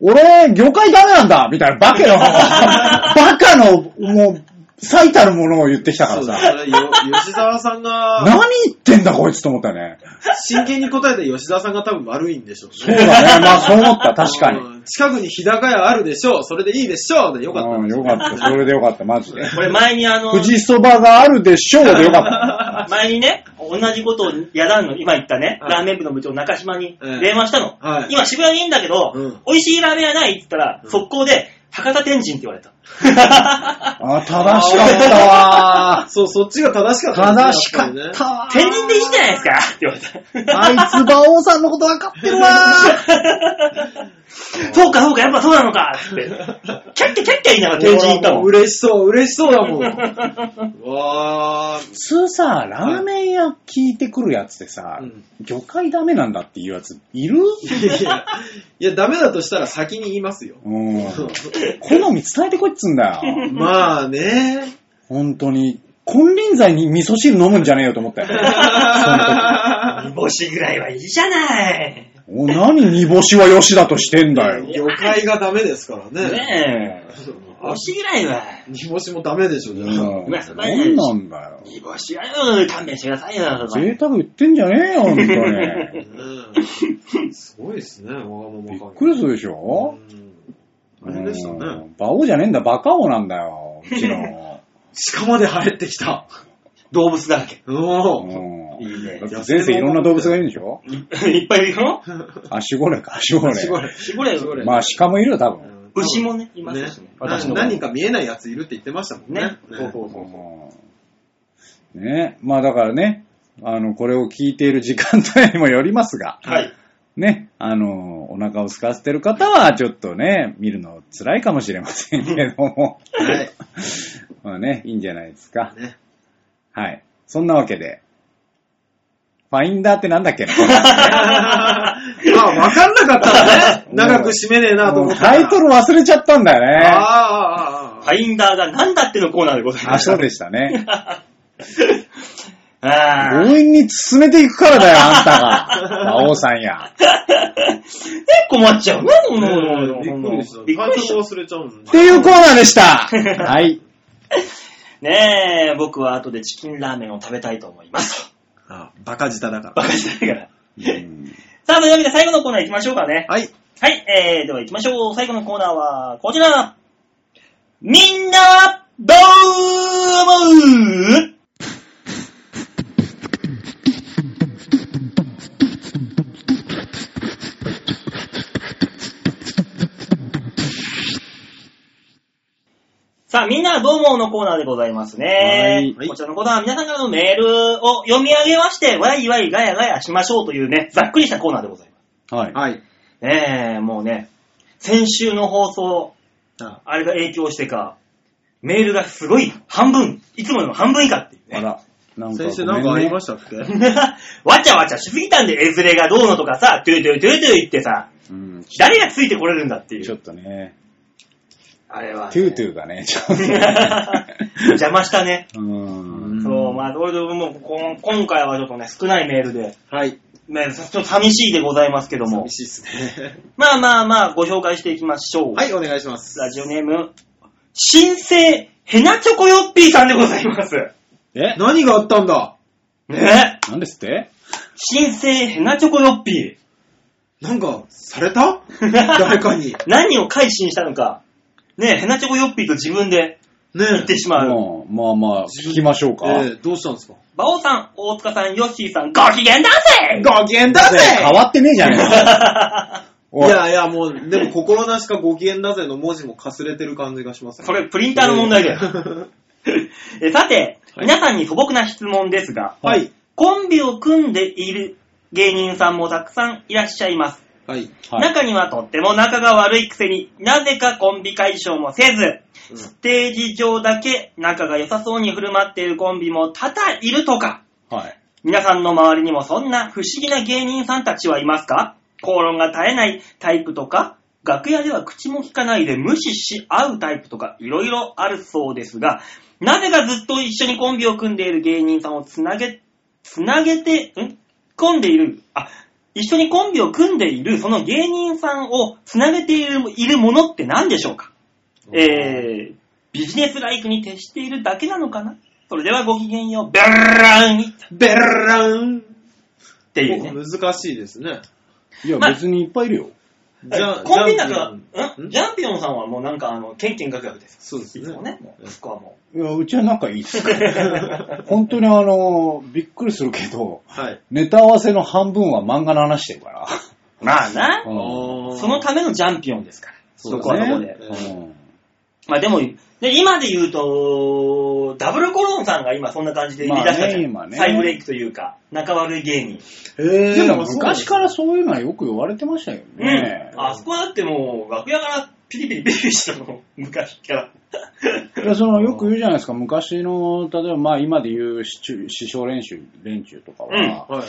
Speaker 4: 俺、魚介ダメなんだみたいな、バカ の、バカの、もう、最たるものを言ってきたか
Speaker 3: そう
Speaker 4: ら
Speaker 3: だ、
Speaker 4: さ、
Speaker 3: それよ吉沢さんが、
Speaker 4: 何言ってんだこいつと思ったよね。
Speaker 3: 真剣に答えて吉沢さんが多分悪いんでしょうね。
Speaker 4: そう だね。まあそう思った、確かに。
Speaker 3: うん近くに日高屋あるでしょう。それでいいでしょう。で、よかった
Speaker 4: うんん、
Speaker 3: です
Speaker 4: よ
Speaker 3: よ。
Speaker 4: かった。 それでよかった、マジで。
Speaker 2: これ前にあの、
Speaker 4: 富士そばがあるでしょうでよかった。
Speaker 2: 前にね、同じことをやらんの、今言ったね、
Speaker 3: はい
Speaker 2: ラーメン部の部長中島に
Speaker 3: ええ
Speaker 2: 電話したの。
Speaker 3: はい
Speaker 2: 今渋谷にいいんだけど、
Speaker 3: うん
Speaker 2: 美味しいラーメン屋ないって言ったら、
Speaker 3: うん
Speaker 2: 速攻で、博多天神って言わ れた。
Speaker 4: あ、正しかった わ。
Speaker 3: そう、そっちが正しかったん
Speaker 4: 正
Speaker 3: です
Speaker 4: し
Speaker 3: ね。
Speaker 4: か
Speaker 3: や
Speaker 4: っ
Speaker 3: ぱ
Speaker 4: たわ。
Speaker 2: 天神でいいんじゃないですかって言われた。
Speaker 4: あいつ、馬王さんのこと分かってるわ。
Speaker 2: そうかそうか、やっぱそうなのかつって。キャッキャキャッキャ言いながら天神行ったもん。
Speaker 3: 嬉しそう、嬉しそうだ もん。わー。
Speaker 4: 普通さ、ラーメン屋聞いてくるやつでさ、
Speaker 3: うん
Speaker 4: 魚介ダメなんだっていうやついる
Speaker 3: いやいや、いや、ダメだとしたら先に言いますよ。
Speaker 4: うん。好み伝えてこいっつうんだ よ。
Speaker 3: まあね。
Speaker 4: 本当に。金輪際に味噌汁飲むんじゃねえよと思ったよ。
Speaker 2: 煮干しぐらいはいいじゃない。
Speaker 4: お、何煮干しはよしだとしてんだよ。
Speaker 3: 魚介がダメですからね。
Speaker 2: ねえ。煮
Speaker 3: あ
Speaker 2: 干しぐらいは。
Speaker 3: 煮干しもダメでしょ、じゃ
Speaker 4: うん。
Speaker 3: あ。
Speaker 4: 何なんだよ。
Speaker 2: 煮干しはよ、勘弁してくださいよ、とか。
Speaker 4: 贅沢言ってんじゃねえよ、本 当に。
Speaker 3: うんすごいですね、わがまま
Speaker 4: び
Speaker 3: 感
Speaker 4: っくりするでしょ
Speaker 3: あれでしたね。
Speaker 4: うん馬王じゃねえんだ、バカ王なんだよ、うちの。
Speaker 3: 鹿まで入ってきた。
Speaker 2: 動物だらけ。
Speaker 3: おー
Speaker 4: う
Speaker 2: い
Speaker 4: ん
Speaker 2: いね。
Speaker 4: だって前世いろんな動物がいるんでしょ
Speaker 2: いっぱいいるよ。
Speaker 4: アシゴレか、アシゴレ。
Speaker 3: すごい。
Speaker 2: しごれ、
Speaker 3: しごれ
Speaker 4: まあ鹿もいるよ、多分。
Speaker 3: うん
Speaker 2: 牛もね、いま
Speaker 3: ね
Speaker 2: すしね。
Speaker 4: 私
Speaker 3: な
Speaker 4: の
Speaker 3: 何か見えないやついるって言ってましたもんね
Speaker 2: ね。そうそうそう
Speaker 4: うんねまあだからね、あの、これを聞いている時間帯にもよりますが、
Speaker 2: はい。
Speaker 4: ね、あの、お腹を空かせてる方は、ちょっとね、見るの辛いかもしれませんけども、
Speaker 3: はい。
Speaker 4: まあね、いいんじゃないですか。
Speaker 3: ね
Speaker 4: はい。そんなわけで、ファインダーってなんだっけな
Speaker 3: まあ、わかんなかったらね、長く締めねえなと
Speaker 4: も
Speaker 3: 思
Speaker 4: う
Speaker 3: ったら。
Speaker 4: タイトル忘れちゃったんだ
Speaker 3: あ
Speaker 4: よ
Speaker 3: ー
Speaker 4: ね。
Speaker 3: あー、あーあー
Speaker 2: ファインダーがなんだってのコーナーでござい
Speaker 4: あ、
Speaker 2: まし
Speaker 4: そう
Speaker 2: た。
Speaker 4: でしたね。
Speaker 2: あー
Speaker 4: 強引に進めていくからだよ、あんたが。馬王さんや。
Speaker 2: 困っちゃうね、も
Speaker 3: うん
Speaker 2: う
Speaker 3: びっくりした。
Speaker 2: びっ
Speaker 3: タイ
Speaker 2: くりし
Speaker 3: ト
Speaker 2: た
Speaker 3: ル忘れちゃうのね
Speaker 4: っていうコーナーでした。はい。
Speaker 2: ねえ、僕は後でチキンラーメンを食べたいと思います。
Speaker 3: あバカ舌だか
Speaker 2: バ
Speaker 3: ら。
Speaker 2: カじゃないから。
Speaker 4: うん
Speaker 2: さあ、というわけで最後のコーナー行きましょうかね。
Speaker 3: はい。
Speaker 2: はい、えー、では行きましょう。最後のコーナーは、こちら。みんな、どう思うさあ、みんなどう思うのコーナーでございますね。
Speaker 3: はい
Speaker 2: こちらのコーナーは皆さんからのメールを読み上げまして、わいわいガヤガヤしましょうというね、ざっくりしたコーナーでございます。
Speaker 4: はい。
Speaker 3: はい。
Speaker 2: ねえ、もうね、先週の放送、
Speaker 3: あ
Speaker 2: あれが影響してか、メールがすごい半分、いつもの半分以下っていう
Speaker 4: あ
Speaker 2: ね。
Speaker 4: ら、なんかごめんね、
Speaker 3: 先週なんかありましたっけ
Speaker 2: わちゃわちゃしすぎたんで、絵ずれがどうのとかさ、トゥートゥートゥートゥー言ってさ、
Speaker 4: うん、
Speaker 2: 誰がついてこれるんだってい
Speaker 4: ちょ
Speaker 2: う。
Speaker 4: っとね、
Speaker 2: あれは、
Speaker 4: トゥートゥーがね、ちょっとね。
Speaker 2: 邪魔したね。
Speaker 4: うーん。
Speaker 3: ん
Speaker 2: そう、まあ、俺どもうこん今回はちょっとね、少ないメールで、
Speaker 3: はい。
Speaker 2: ね、ちょっと寂しいでございますけども
Speaker 3: 寂、しいっすね。
Speaker 2: まあまあまあ、ご紹介していきましょう。
Speaker 3: はい、お願いします。
Speaker 2: ラジオネーム、新生ヘナチョコヨッピーさんでございます。
Speaker 4: え
Speaker 3: 何があったんだ
Speaker 2: ね
Speaker 4: なんですって
Speaker 2: 新生ヘナチョコヨッピ
Speaker 3: なんか、された
Speaker 2: ー。
Speaker 3: 誰かに。
Speaker 2: 何を改心したのか。ねヘナチョコヨッピーと自分で
Speaker 3: ね
Speaker 2: 言ってしまう。
Speaker 4: うんまあまあ、聞きましょうか。
Speaker 3: ええどうしたんですか
Speaker 2: バオさん、大塚さん、ヨッシーさん、ご機嫌だぜ
Speaker 3: ご機嫌だぜ
Speaker 4: 変わってねえじゃねえ
Speaker 3: い
Speaker 4: か。おい
Speaker 3: やいや、もう、でも心なしかご機嫌だぜの文字もかすれてる感じがしますね。
Speaker 2: それ、プリンターの問題だよ。 えさて、
Speaker 3: はい
Speaker 2: 皆さんに素朴な質問ですが、
Speaker 3: はい。
Speaker 2: コンビを組んでいる芸人さんもたくさんいらっしゃいます。
Speaker 3: はい。
Speaker 4: はい、
Speaker 2: 中にはとっても仲が悪いくせになぜかコンビ解消もせず、
Speaker 3: うん
Speaker 2: ステージ上だけ仲が良さそうに振る舞っているコンビも多々いるとか、
Speaker 4: はい。
Speaker 2: 皆さんの周りにもそんな不思議な芸人さんたちはいますか口論が絶えないタイプとか、楽屋では口も聞かないで無視し合うタイプとか、いろいろあるそうですが、なぜかずっと一緒にコンビを組んでいる芸人さんをつなげ、つなげて、ん組んでいる、あ、一緒にコンビを組んでいる、その芸人さんをつなげているいるものって何でしょうかえー、ビジネスライクに徹しているだけなのかなそれではごきげんよう、ベルラーンっ
Speaker 3: ベルラン
Speaker 2: ていうね。
Speaker 3: 難しいですね。
Speaker 4: いや、
Speaker 2: まあ
Speaker 4: 別にいっぱいいるよ。
Speaker 3: じゃあ、
Speaker 2: コンビ
Speaker 3: ジ
Speaker 2: 仲
Speaker 3: ャ
Speaker 2: は、
Speaker 3: ン
Speaker 2: ん
Speaker 3: ピオンん
Speaker 2: ジャンピオンさんはもうなんかあの、ケンケンガクガクです。
Speaker 3: そうです
Speaker 2: いつ
Speaker 3: ね。
Speaker 2: もね、もうそこはも
Speaker 4: いや、うちは仲いいっすから。本当にあの、びっくりするけど、
Speaker 3: はい。
Speaker 4: ネタ合わせの半分は漫画の話してるから。
Speaker 2: う。 まあな、
Speaker 4: うん
Speaker 2: そのためのジャンピオンですから。
Speaker 4: そ
Speaker 2: そうこは
Speaker 4: だ
Speaker 2: そこ
Speaker 4: ね
Speaker 2: で。
Speaker 4: うん
Speaker 2: まあでも、で、今で言うと、ダブルコロンさんが今そんな感じで売り出したじゃん。
Speaker 4: まあね今ね
Speaker 2: 再ブレイクというか、仲悪い芸人。
Speaker 3: へ
Speaker 4: でも昔からそういうのはよく言われてましたよ
Speaker 2: うん。
Speaker 4: ね。
Speaker 2: あそこだってもう、楽屋からピリピリピリピリしてたの、昔から。
Speaker 4: いやそのよく言うじゃないですか、昔の、例えばまあ今で言う師中師匠練習、練習とかは、
Speaker 3: はい。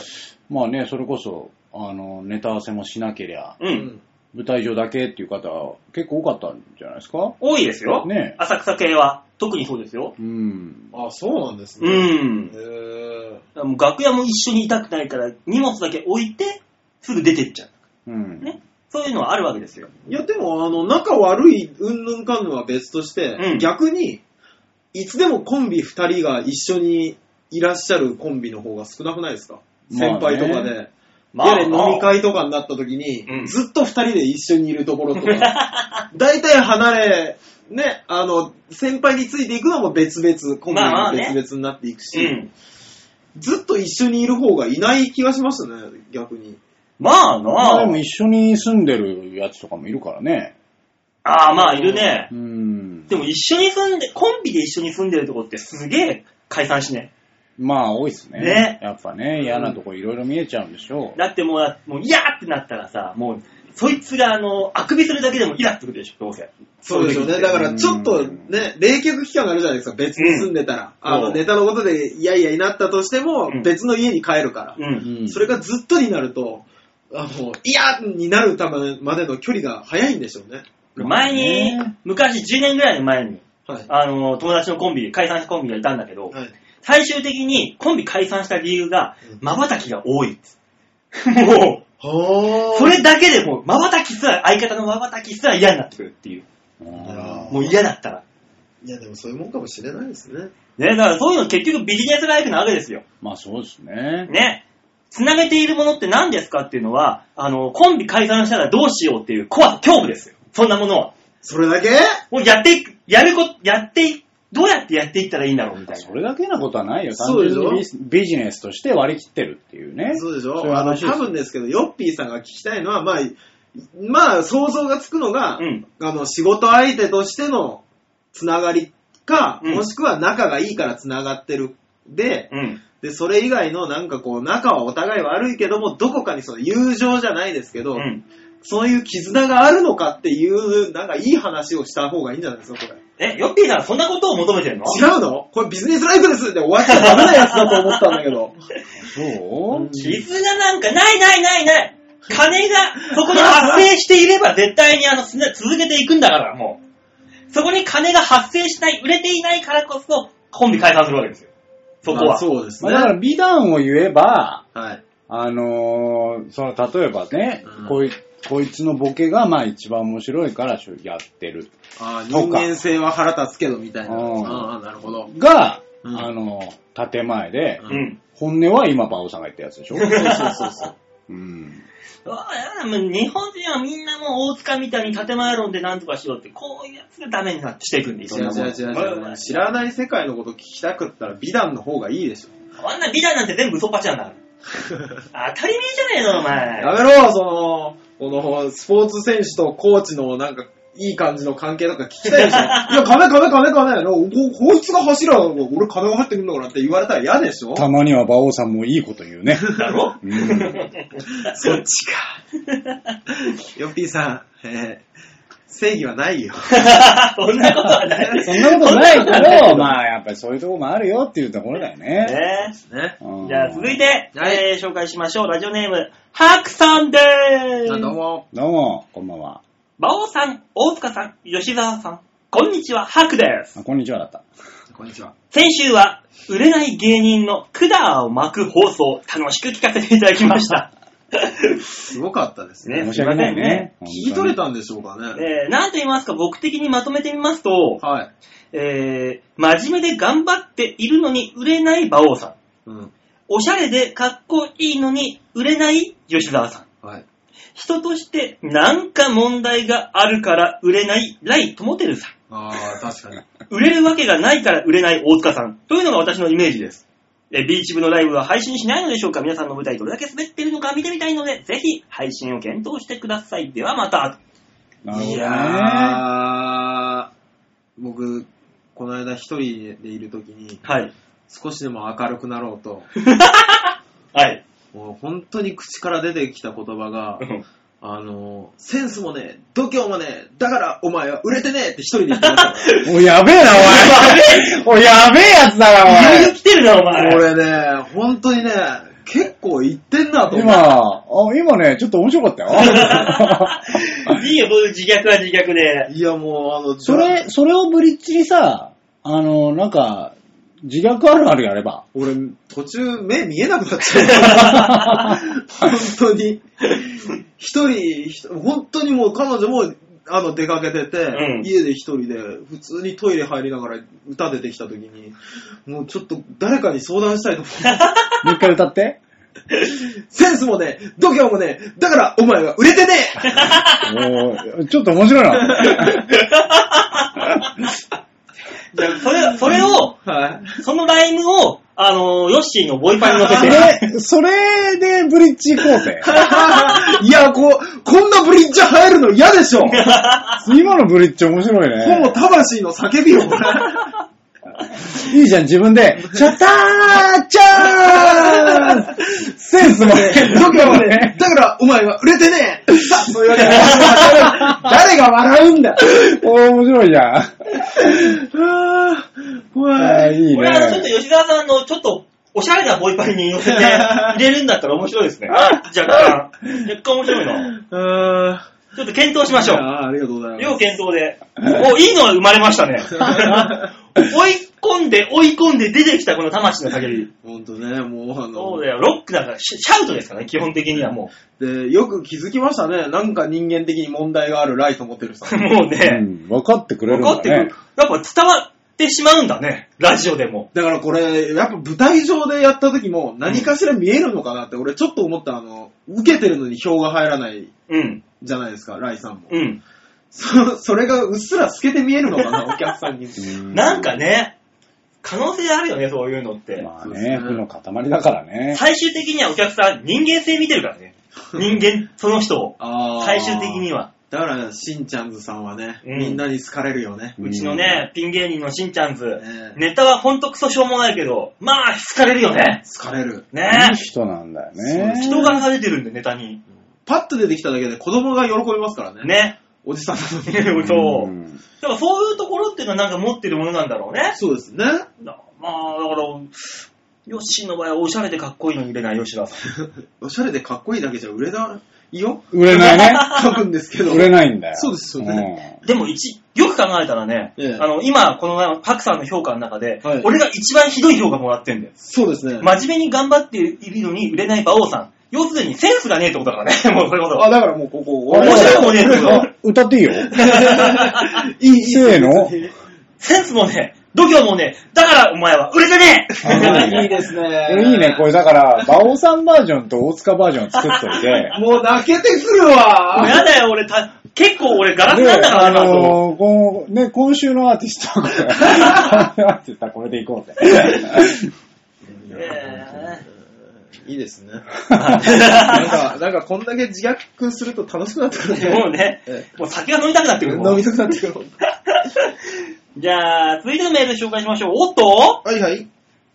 Speaker 4: まあね、それこそ、あの、ネタ合わせもしなけりゃ、
Speaker 2: う。。
Speaker 3: うん
Speaker 4: 舞台上だけっていう方は結構多かったんじゃないですか
Speaker 2: 多いですよ。
Speaker 4: ね
Speaker 2: 浅草系は。特にそうですよ。
Speaker 4: うん。
Speaker 3: あ、そうなんです
Speaker 2: う
Speaker 3: ね。
Speaker 2: ん。
Speaker 3: へー
Speaker 2: もう楽屋も一緒にいたくないから、荷物だけ置いて、すぐ出てっちゃ
Speaker 4: うん。
Speaker 2: う。ね。そういうのはあるわけですよ。
Speaker 3: いや、でも、あの、仲悪い、うんぬんかんぬんは別として、
Speaker 2: うん
Speaker 3: 逆に、いつでもコンビ二人が一緒にいらっしゃるコンビの方が少なくないですか、
Speaker 4: まあね
Speaker 3: 先輩とかで。
Speaker 2: まあ
Speaker 3: やれ飲み会とかになった時に、
Speaker 2: うん
Speaker 3: ずっと二人で一緒にいるところと か、大体離れ、ね、あの、先輩についていくのも別々、コンビ
Speaker 2: まあまあ
Speaker 3: も
Speaker 2: ね
Speaker 3: 別々になっていくし、
Speaker 2: うん。
Speaker 3: ずっと一緒にいる方がいない気がしましたね、逆に。
Speaker 2: まあ
Speaker 4: まあでも
Speaker 2: な
Speaker 4: 一緒に住んでるやつとかもいるからね。
Speaker 2: ああ、まあいるね。
Speaker 4: うん。
Speaker 2: でも一緒に住んで、コンビで一緒に住んでるとこってすげえ解散しね。
Speaker 4: まあ多いっすね。
Speaker 2: ね
Speaker 4: やっぱね、嫌なとこいろいろ見えちゃうんでしょう。
Speaker 2: だってもう、もう、いやーってなったらさ、もう、そいつが、あの、あくびするだけでもイラっとくるでしょ、どうせ。
Speaker 3: そうですよね。だからちょっとね、冷却期間があるじゃないですか、別に住んでたら。
Speaker 2: うん
Speaker 3: あ
Speaker 2: そ
Speaker 3: の、
Speaker 2: う
Speaker 3: ネタのことでイヤイヤになったとしても
Speaker 2: うん、
Speaker 3: 別の家に帰るか
Speaker 2: う。
Speaker 4: うんん
Speaker 3: ら。それがずっとになると、あの、いやになるためまでの距離が早いんでしょうね。
Speaker 2: 前に、昔10年ぐらい前に、
Speaker 3: はい。
Speaker 2: あの、友達のコンビ、解散したコンビがいたんだけど、
Speaker 3: はい。
Speaker 2: 最終的にコンビ解散した理由が
Speaker 3: うん、
Speaker 2: 瞬きが多いっつ。も
Speaker 3: は
Speaker 2: う、
Speaker 3: あ。
Speaker 2: それだけでもう、瞬きすら、相方の瞬きすら嫌になってくるっていう。
Speaker 4: あ
Speaker 2: もう嫌だったら。
Speaker 3: いや、でもそういうもんかもしれないですね。
Speaker 2: ね、だからそういうの結局ビジネスライフなわけですよ。
Speaker 4: ーまあそうですね。
Speaker 2: ね、つなげているものって何ですかっていうのは、あの、コンビ解散したらどうしようっていう怖さ、恐怖ですよ。そんなものは。
Speaker 3: それだけ
Speaker 2: もうやっていく、やること、やってい、どうやってやっていったらいいんだろうみたいな。
Speaker 4: それだけなことはないよ。単
Speaker 3: そうでしょ
Speaker 4: 純にビジビジネスとして割り切ってるっていうね。
Speaker 3: そうでし
Speaker 4: そういう
Speaker 3: ょあの、
Speaker 4: 話です
Speaker 3: 多分ですけど、ヨッピーさんが聞きたいのは、まあ、まあ、想像がつくのが、
Speaker 2: うん。
Speaker 3: あの、仕事相手としてのつながりか、
Speaker 2: うん
Speaker 3: もしくは仲がいいからつながってる。で、
Speaker 2: うん。
Speaker 3: で、それ以外のなんかこう、仲はお互い悪いけども、どこかにその友情じゃないですけど、
Speaker 2: うん。
Speaker 3: そういう絆があるのかっていう、なんかいい話をした方がいいんじゃないですか、これ。
Speaker 2: え、ヨッピーさんそんなことを求めてるの
Speaker 3: 違うのこれビジネスライフですって終わっちゃダメなやつだと思ったんだけど。
Speaker 4: そう、
Speaker 3: うん
Speaker 2: 絆なんかないないないない金がそこに発生していれば絶対にあのすな続けていくんだからもう。そこに金が発生しない、売れていないからこそコンビ解散するわけですよ。そこ
Speaker 3: まあ
Speaker 2: は。
Speaker 3: そうです
Speaker 4: まあ
Speaker 3: ね。
Speaker 4: だから美談を言えば、
Speaker 3: はい。
Speaker 4: あのーその例えばね、
Speaker 3: うん
Speaker 4: こいこいつのボケがまあ一番面白いからやってる。
Speaker 3: あー
Speaker 4: そう
Speaker 3: 人
Speaker 4: か
Speaker 3: 間性は腹立つけどみたいな。
Speaker 4: うん
Speaker 3: ああ、なるほど。
Speaker 4: が、
Speaker 3: うん
Speaker 4: あの、建前で、
Speaker 3: う
Speaker 2: うん。
Speaker 4: 本音は今、バオさんが言ったやつでしょ
Speaker 3: そうそうそう。
Speaker 4: うん。
Speaker 2: うわやだもう日本人はみんなもう大塚みたいに建前論でなんとかしようって、こういうやつがダメになってしていくんで、いろ
Speaker 3: 違
Speaker 2: ん
Speaker 3: う
Speaker 2: なも
Speaker 3: 違
Speaker 2: の。
Speaker 3: う違う違う。知らない世界のこと聞きたくったら美談の方がいいでしょ。
Speaker 2: あんな美談なんて全部嘘っぱちなんだから。当たり前じゃねえの、お
Speaker 3: や
Speaker 2: 前。
Speaker 3: めろ、その、この、スポーツ選手とコーチのなんか、いい感じの関係とか聞きたいでしょ。い や、金金金金こ、こいつが走ら、俺金が入ってくるんだからって言われたら嫌でしょ
Speaker 4: たまには馬王さんもいいこと言う ね。
Speaker 2: だろ
Speaker 4: うん、
Speaker 3: そっちか。ヨッピーさん、えー正義はないよ。
Speaker 2: そんなことはない。
Speaker 4: そんなことないけど、まあ、やっぱりそういうとこもあるよっていうところだよね。
Speaker 2: ね
Speaker 3: ね。
Speaker 4: うん
Speaker 2: じゃあ続いて、
Speaker 3: はい
Speaker 2: えー紹介しましょう。ラジオネーム、ハクさんでーす。
Speaker 3: どうも。
Speaker 4: どうも、こんばんは。
Speaker 2: 馬王さん、大塚さん、吉沢さん、こんにちは、ハクです。
Speaker 4: あこんにちはだった。
Speaker 3: こんにちは。
Speaker 2: 先週は、売れない芸人の管を巻く放送、楽しく聞かせていただきま した。
Speaker 3: すごかったですね。
Speaker 2: ね
Speaker 4: 申し訳ないね。
Speaker 3: 聞き取れ
Speaker 4: 本
Speaker 3: たんでしょうかね。
Speaker 2: えー、なんと言いますか、僕的にまとめてみますと、
Speaker 3: はい。
Speaker 2: えー、真面目で頑張っているのに売れない馬王さん。
Speaker 3: うん。
Speaker 2: おしゃれでかっこいいのに売れない吉沢さん。
Speaker 3: はい。
Speaker 2: 人としてなんか問題があるから売れないライトモテルさん。
Speaker 3: ああ、確かに。
Speaker 2: 売れるわけがないから売れない大塚さん。というのが私のイメージです。えビーチ部のライブは配信しないのでしょうか皆さんの舞台どれだけ滑っているのか見てみたいので、ぜひ配信を検討してください。ではまた。
Speaker 4: 当に
Speaker 3: い
Speaker 4: なるほどね。
Speaker 3: やー、僕、この間一人でいる時に、
Speaker 2: はい。
Speaker 3: 少しでも明るくなろう と、
Speaker 2: はい。
Speaker 3: もう本当に口から出てきた言葉が、あの、センスもね、度胸もね、だからお前は売れてねえって一人で言ってま したから。
Speaker 4: おい、やべえな、お前。おい、やべえやつだ
Speaker 2: いよい
Speaker 4: な、
Speaker 2: よ来てるな、お前。
Speaker 3: 俺ね、本当にね、結構言ってんなと 思
Speaker 4: お前。今、
Speaker 3: う。
Speaker 4: あ今ね、ちょっと面白かったよ。
Speaker 2: いいよ、そういう自虐は自虐 で。
Speaker 3: いやもう、あの、
Speaker 4: それ、それをブリッジにさ、あの、なんか、自虐あるあるやれば。
Speaker 3: 俺、途中目見えなくなっちゃう。本当に。一人ひと、本当にもう彼女も、あの、出かけてて、
Speaker 2: うん
Speaker 3: 家で一人で、普通にトイレ入りながら歌出てきた時に、もうちょっと誰かに相談したいと思って。
Speaker 4: もう一回歌って。
Speaker 3: センスもね、度胸もね、だからお前は売れてねえ
Speaker 4: おーちょっと面白いな。
Speaker 2: じゃあそれ、それを、
Speaker 3: はい。
Speaker 2: そのライムを、あの、ヨッシーのボイパに乗 せて。
Speaker 4: で、それでブリッジ行こうぜ。
Speaker 3: いや、こう、こんなブリッジ入るの嫌でしょほ
Speaker 4: 今のブリッジ面白い
Speaker 3: ぼ
Speaker 4: ね。
Speaker 3: 魂の叫びよ、これ。
Speaker 4: いいじゃん、自分で。シャッターチャーンセンスもね、
Speaker 3: 度胸もね、だからお前は売れてねえさあ、そういうわけで誰が笑うんだ
Speaker 4: おー面白いじゃん。
Speaker 3: あー
Speaker 4: あ
Speaker 3: 怖
Speaker 4: ー
Speaker 3: い。
Speaker 4: いい
Speaker 2: これはちょっと
Speaker 4: ね。
Speaker 2: 吉沢さんのちょっとおしゃれなボイパに乗 せて入れるんだったら面白いですね。若干。若干面白いの。
Speaker 3: あ
Speaker 2: ちょっと検討し
Speaker 3: ー
Speaker 2: ましょ。
Speaker 3: いうやーありがとうございます。
Speaker 2: 要検討で。お、いいのが生まれま したね。追い込んで追い込んで出てきたこの魂の叫び。
Speaker 3: ほんとね、もうあ
Speaker 2: そう
Speaker 3: の、
Speaker 2: だよ。ロックだからシシャウトですからね、基本的にはも
Speaker 3: で、よく気づきましたね。なんか人間的に問題があるライト持ってる さ
Speaker 2: う。。もう
Speaker 4: う
Speaker 2: ね、
Speaker 4: ん、分かってくれる
Speaker 2: 分か
Speaker 4: ん
Speaker 2: っ
Speaker 4: だ
Speaker 2: てくる
Speaker 4: ね。。
Speaker 2: やっぱ伝わってしまうんだね。ラジオでも。
Speaker 3: だからこれ、やっぱ舞台上でやった時も何かしら見えるのかなって、俺ちょっと思ったあの、受けてるのに票が入らない
Speaker 2: うん。
Speaker 3: じゃないですか、ライさんも。
Speaker 2: うん。
Speaker 3: そそれがうっすら透けて見えるのか な、お客さんに。
Speaker 4: うん
Speaker 2: なんかね、可能性あるよね、そういうのって。
Speaker 4: まあ
Speaker 3: そうですね
Speaker 4: ね、負の塊だからね。
Speaker 2: 最終的にはお客さん、人間性見てるから ね。人間、その人を。
Speaker 3: あー
Speaker 2: 最終的には。
Speaker 3: だから、しんちゃんずさんはね、
Speaker 2: うん
Speaker 3: みんなに好かれるよね。
Speaker 4: うん
Speaker 2: うちのね、ピン芸人のしんちゃんズ。
Speaker 3: ね
Speaker 2: ネタはほんとクソしょうもないけど、まあ、好かれるよね。
Speaker 3: 好かれる。
Speaker 2: ね
Speaker 4: いい人なんだよ
Speaker 3: そう
Speaker 4: ね。
Speaker 2: 人が晴れてるんで、ネタに。
Speaker 3: パッと出てきただけで子供が喜びますからね。
Speaker 2: ね。
Speaker 3: おじさんなの
Speaker 2: そう。
Speaker 3: に。
Speaker 2: だ
Speaker 4: うん
Speaker 2: からそういうところっていうのはなんか持ってるものなんだろうね。
Speaker 3: そうですね。
Speaker 2: だまあ、だから、ヨッシーの場合はおしゃれでかっこいいのに出ない吉田さん。
Speaker 3: おしゃれでかっこいいだけじゃ売れないよ。
Speaker 4: 売れないね。
Speaker 3: 多分ですけど。
Speaker 4: 売れないんだよ。
Speaker 3: そうですよね
Speaker 2: でも一、よく考えたらね、
Speaker 3: ええ
Speaker 2: あの、今、この前、パクさんの評価の中で、
Speaker 3: はい
Speaker 2: 俺が一番ひどい評価もらってんだよ。
Speaker 3: そうですね。
Speaker 2: 真面目に頑張っているのに売れない馬王さん。要するにセンスがねえってことだからね、もう それこ
Speaker 3: あ、
Speaker 2: そ。
Speaker 3: だからもうここ、
Speaker 4: うん。
Speaker 2: 面白いもんねえけど
Speaker 4: あ 歌っていいよ。
Speaker 3: いい、いい。
Speaker 4: せーの。
Speaker 2: センスもね、度胸もね、だからお前は売れてね
Speaker 4: あ
Speaker 2: え
Speaker 3: いいですね。
Speaker 4: いいね、これだから、馬王さんバージョンと大塚バージョン作っといて、
Speaker 3: もう泣けてくるわ。
Speaker 2: やだよ、俺た、結構俺ガラス
Speaker 4: で、
Speaker 2: なんだから
Speaker 4: あ
Speaker 2: ね、今のとこ
Speaker 4: のー、このね、今週のアーティス トはこれ、アーティストはこれでいこうぜ。
Speaker 2: え
Speaker 3: いいですね。
Speaker 2: ー
Speaker 3: なんか、なんかこんだけ自虐すると楽しくなってくる
Speaker 2: もう
Speaker 3: ね。
Speaker 2: ね
Speaker 3: え、
Speaker 2: もう酒が飲みたくなってくる。
Speaker 3: 飲みたくなってくる。
Speaker 2: じゃあ、続いてのメール紹介しましょう。おっと
Speaker 3: はいはい。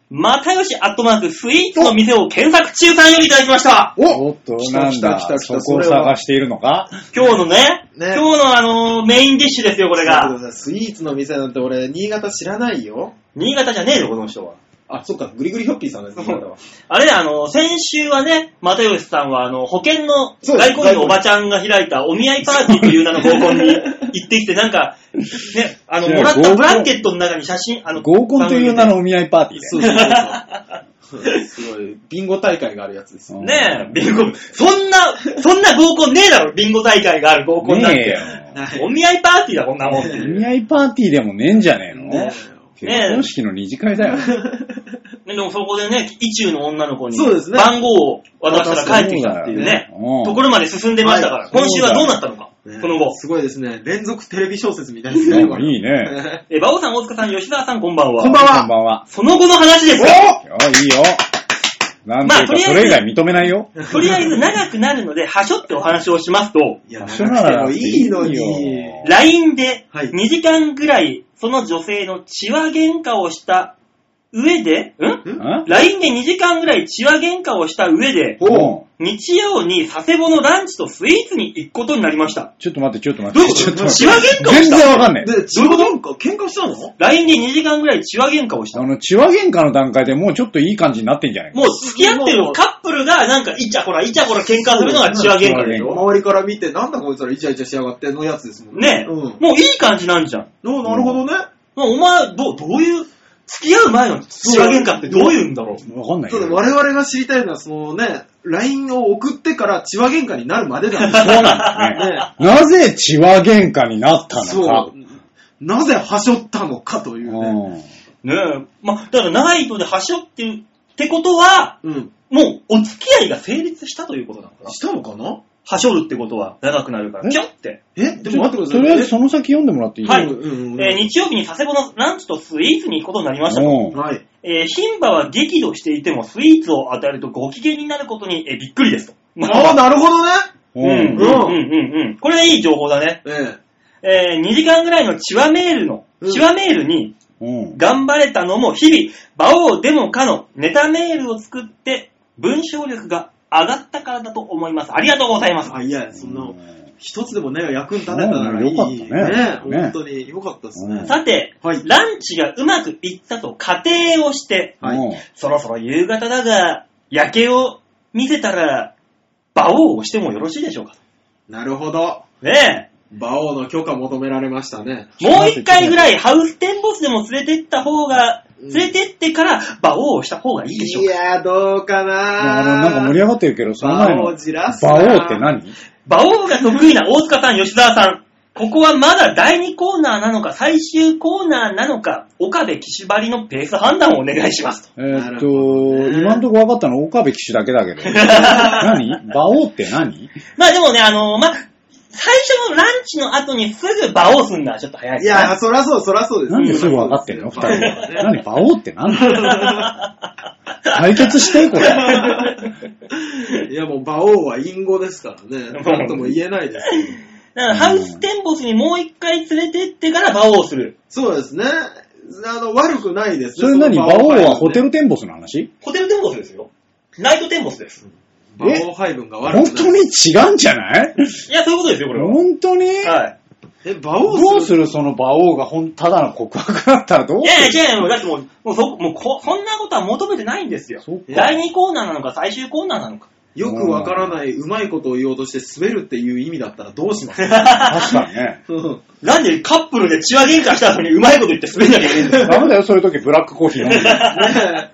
Speaker 2: またよしアットマークスイーツの店を検索中さんよりいただきました。
Speaker 4: おっと、
Speaker 3: 来た
Speaker 4: なん
Speaker 3: 来た
Speaker 4: だ
Speaker 3: 来た、来た
Speaker 4: そこ
Speaker 3: そ
Speaker 4: を
Speaker 3: れは
Speaker 4: 探しているのか
Speaker 2: 今日のね、
Speaker 3: ね
Speaker 2: 今日のあのーメインディッシュですよ、これ
Speaker 3: 見て
Speaker 2: が
Speaker 3: く。ださいスイーツの店なんて俺、新潟知らないよ。
Speaker 2: 新潟じゃねえよ、この人は。
Speaker 3: あ、そっか、グリグリヒョッピーさんです、新潟は。
Speaker 2: あれだよあの、先週はね、又吉さんは、あの、保険の
Speaker 3: そうです
Speaker 2: 外交員のおばちゃんが開いたお見合いパーティーという名の合コンに行ってきて、なんか、ね、あの、
Speaker 4: 違う
Speaker 2: もらっ
Speaker 4: 合コ
Speaker 2: た
Speaker 4: ン
Speaker 2: ブランケットの中に写真、あの、
Speaker 4: 合コンという名の
Speaker 2: 番
Speaker 4: お見合いパーティ
Speaker 3: そ
Speaker 4: ー
Speaker 3: う
Speaker 4: で。
Speaker 3: そうそう そう。すごい、ビンゴ大会があるやつですよ。
Speaker 2: 組で。ねえ、ビンゴ、そんな、そんな合コンねえだろ、ビンゴ大会がある合コンなん
Speaker 4: ねえ
Speaker 2: て。
Speaker 4: よ。
Speaker 3: はい
Speaker 2: お見合いパーティーだ、こんなもんって
Speaker 4: お
Speaker 2: いう。
Speaker 4: 見合いパーティーでもねえんじゃねえの
Speaker 3: ね
Speaker 4: 結婚式の二次会 だよ。
Speaker 2: でもそこでね、意中の女の子に
Speaker 3: そうですね
Speaker 2: 番号を渡したら帰ってきたっていうね、
Speaker 4: うん
Speaker 2: ところまで進んでましたから、
Speaker 4: い
Speaker 2: 今週はどうなったのか、
Speaker 3: ね
Speaker 2: この後。
Speaker 3: すごいですね。連続テレビ小説みたいです
Speaker 4: な
Speaker 3: ね。
Speaker 4: んかいいね。
Speaker 3: ね。
Speaker 2: え、馬王さん、大塚さん、吉沢さん、こんばんは。
Speaker 3: こんばんは
Speaker 4: こんばんは。
Speaker 2: その後の話ですよ。
Speaker 4: いやいいよ。なんていう
Speaker 2: まあと
Speaker 4: か、
Speaker 2: りあえず
Speaker 4: それ以外認めない よ。
Speaker 2: とりあえず長くなるので、はしょってお話をしますと、
Speaker 3: いや、
Speaker 4: 場
Speaker 3: な
Speaker 4: 所
Speaker 3: く
Speaker 4: な
Speaker 3: ても
Speaker 4: ら
Speaker 3: いいの
Speaker 4: よ
Speaker 3: に。
Speaker 2: LINE で
Speaker 3: はい
Speaker 2: 2時間ぐらいその女性の血は喧嘩をした上で、ん
Speaker 4: ん
Speaker 2: ?LINE で2時間ぐらい血は喧嘩をした上で、
Speaker 3: ほ
Speaker 2: 日曜に佐世保のランチとスイーツに行くことになりました。
Speaker 4: ちょっと待って、ちょっと待
Speaker 2: ど
Speaker 4: っ
Speaker 2: う
Speaker 4: て。ちょっと待
Speaker 2: 血
Speaker 4: っ
Speaker 2: は
Speaker 4: て。
Speaker 2: 喧嘩を
Speaker 4: 全
Speaker 2: した
Speaker 4: 然わかんねえ。
Speaker 3: で、血は喧嘩、喧嘩したの
Speaker 2: LINE で2時間ぐらい血は喧嘩をした
Speaker 4: あ。の、血は喧嘩の段階でもうちょっといい感じになってんじゃないか。
Speaker 2: もう付き合ってるカップルがなんかイチャコライチャコラ喧嘩するのが血は喧嘩でしょ。
Speaker 3: 周りから見て、なんだこいつらイチャイチャしやがってのやつですもん
Speaker 2: ね
Speaker 3: う
Speaker 2: え、
Speaker 3: ん。
Speaker 2: もういい感じなんじゃん。
Speaker 3: おなるほどね。
Speaker 2: まあお前、どう、どういう、付き合う前の血は喧嘩ってどういうんだろう。
Speaker 4: わかんない
Speaker 3: た
Speaker 4: よ。
Speaker 3: だ我々が知りたいのは、そのね、LINE を送ってから血は喧嘩になるまでなんです
Speaker 4: そう
Speaker 3: よ。
Speaker 4: なんですね。
Speaker 3: ね
Speaker 4: なぜ血は喧嘩になったの
Speaker 3: そ
Speaker 4: か
Speaker 3: う。。なぜはしょったのかというね。
Speaker 4: うん
Speaker 2: ねえ。まあ、だからナイトで端折ってるってことは、
Speaker 3: うん。
Speaker 2: もうお付き合いが成立したということなのかな。
Speaker 3: したのかな
Speaker 2: 端折るってことは長くなるから。
Speaker 4: え
Speaker 2: ぴょって。
Speaker 3: えでも待ってくださ
Speaker 4: と
Speaker 3: い。
Speaker 4: りあえずその先読んでもらっていい
Speaker 2: はい
Speaker 3: うんうんうん
Speaker 2: えー日曜日に佐世保のランチとスイーツに行くことになりましたと。
Speaker 4: うん
Speaker 3: はい。
Speaker 2: えー、牝馬は激怒していてもスイーツを与えるとご機嫌になることに、えーびっくりですと。
Speaker 3: ああ、なるほどね。
Speaker 2: うん、
Speaker 4: う
Speaker 2: うん、うんん、うんうん。これいい情報だね。
Speaker 3: え
Speaker 2: えー、2時間ぐらいのチワメールの、
Speaker 3: うん
Speaker 2: チワメールに、
Speaker 4: うん。
Speaker 2: 頑張れたのも日々、馬王でもかのネタメールを作って、文章力が上がったからだと思います。ありがとうございます。
Speaker 3: え。あ、いや、そんな、一つでもね、役に立てた
Speaker 4: う
Speaker 3: ら
Speaker 4: ん
Speaker 3: いい。
Speaker 4: よかったねね
Speaker 3: 本当によかったです
Speaker 4: うん
Speaker 3: ね。
Speaker 2: さて、
Speaker 3: はい
Speaker 2: ランチがうまくいったと仮定をして、
Speaker 3: はい
Speaker 4: うん
Speaker 2: そろそろ夕方だが、夜景を見せたら、馬王をしてもよろしいでしょうか
Speaker 3: なるほど。
Speaker 2: ね
Speaker 3: 馬王の許可求められましたね。
Speaker 2: え。もう一回ぐらいハウステンボスでも連れてった方が、
Speaker 3: うん
Speaker 2: 連れてってから馬王をした方がいいでしょうか
Speaker 3: や、どうか
Speaker 4: まああの、なんか盛り上がってるけど、その前の、
Speaker 3: 馬王じらすな
Speaker 4: 馬王って何
Speaker 2: 馬王が得意な大塚さん、吉沢さん。ここはまだ第2コーナーなのか、最終コーナーなのか、岡部岸張りのペース判断をお願いします。
Speaker 4: えーっ
Speaker 3: なるほ
Speaker 4: と、
Speaker 3: どね
Speaker 4: 今んとこ分かったの岡部騎手だけだけど。何馬王って何
Speaker 2: まあでもね、あのーまあ、最初のランチの後にすぐ馬王すんのはちょっと早いで
Speaker 3: い
Speaker 2: すね。
Speaker 3: や、そらそう、そらそうです。
Speaker 4: なんですぐ分かってんの二人
Speaker 3: そうですよ
Speaker 4: は。何馬王って何 対決して、これ。
Speaker 3: いや、もう馬王は隠語ですからね。 なんとも言えないですけど。
Speaker 2: だからハウステンボスにもう一回連れてってから馬王する。
Speaker 3: そうですね。あの、悪くないです
Speaker 4: そ
Speaker 3: ね。
Speaker 4: れ何
Speaker 3: その
Speaker 4: 馬王
Speaker 3: 配分ね
Speaker 4: はホテルテンボスの話
Speaker 2: ホテルテンボスですよ。ナイトテンボスです。
Speaker 3: 馬王配分が悪くない。
Speaker 4: 本当に違うんじゃない
Speaker 2: いや、そういうことですよ、これは。
Speaker 4: 本当に
Speaker 2: はい。
Speaker 3: え、馬王
Speaker 4: どうするその馬王がほん、ただの告白だったらどう
Speaker 2: いやいや、
Speaker 4: する
Speaker 2: 違うよ。だってもう、もうそ、もうこ、そんなことは求めてないんですよ。
Speaker 4: そうか。
Speaker 2: 第2コーナーなのか、最終コーナーなのか。
Speaker 3: よくわからない、うまいことを言おうとして滑るっていう意味だったらどうし ますか
Speaker 4: 確かにね。
Speaker 3: うん
Speaker 2: なんでカップルで血は喧嘩した後にうまいこと言って滑んなきゃいけないんだよ。
Speaker 4: ダメだよ、そういう時ブラックコーヒー飲んで。
Speaker 3: ね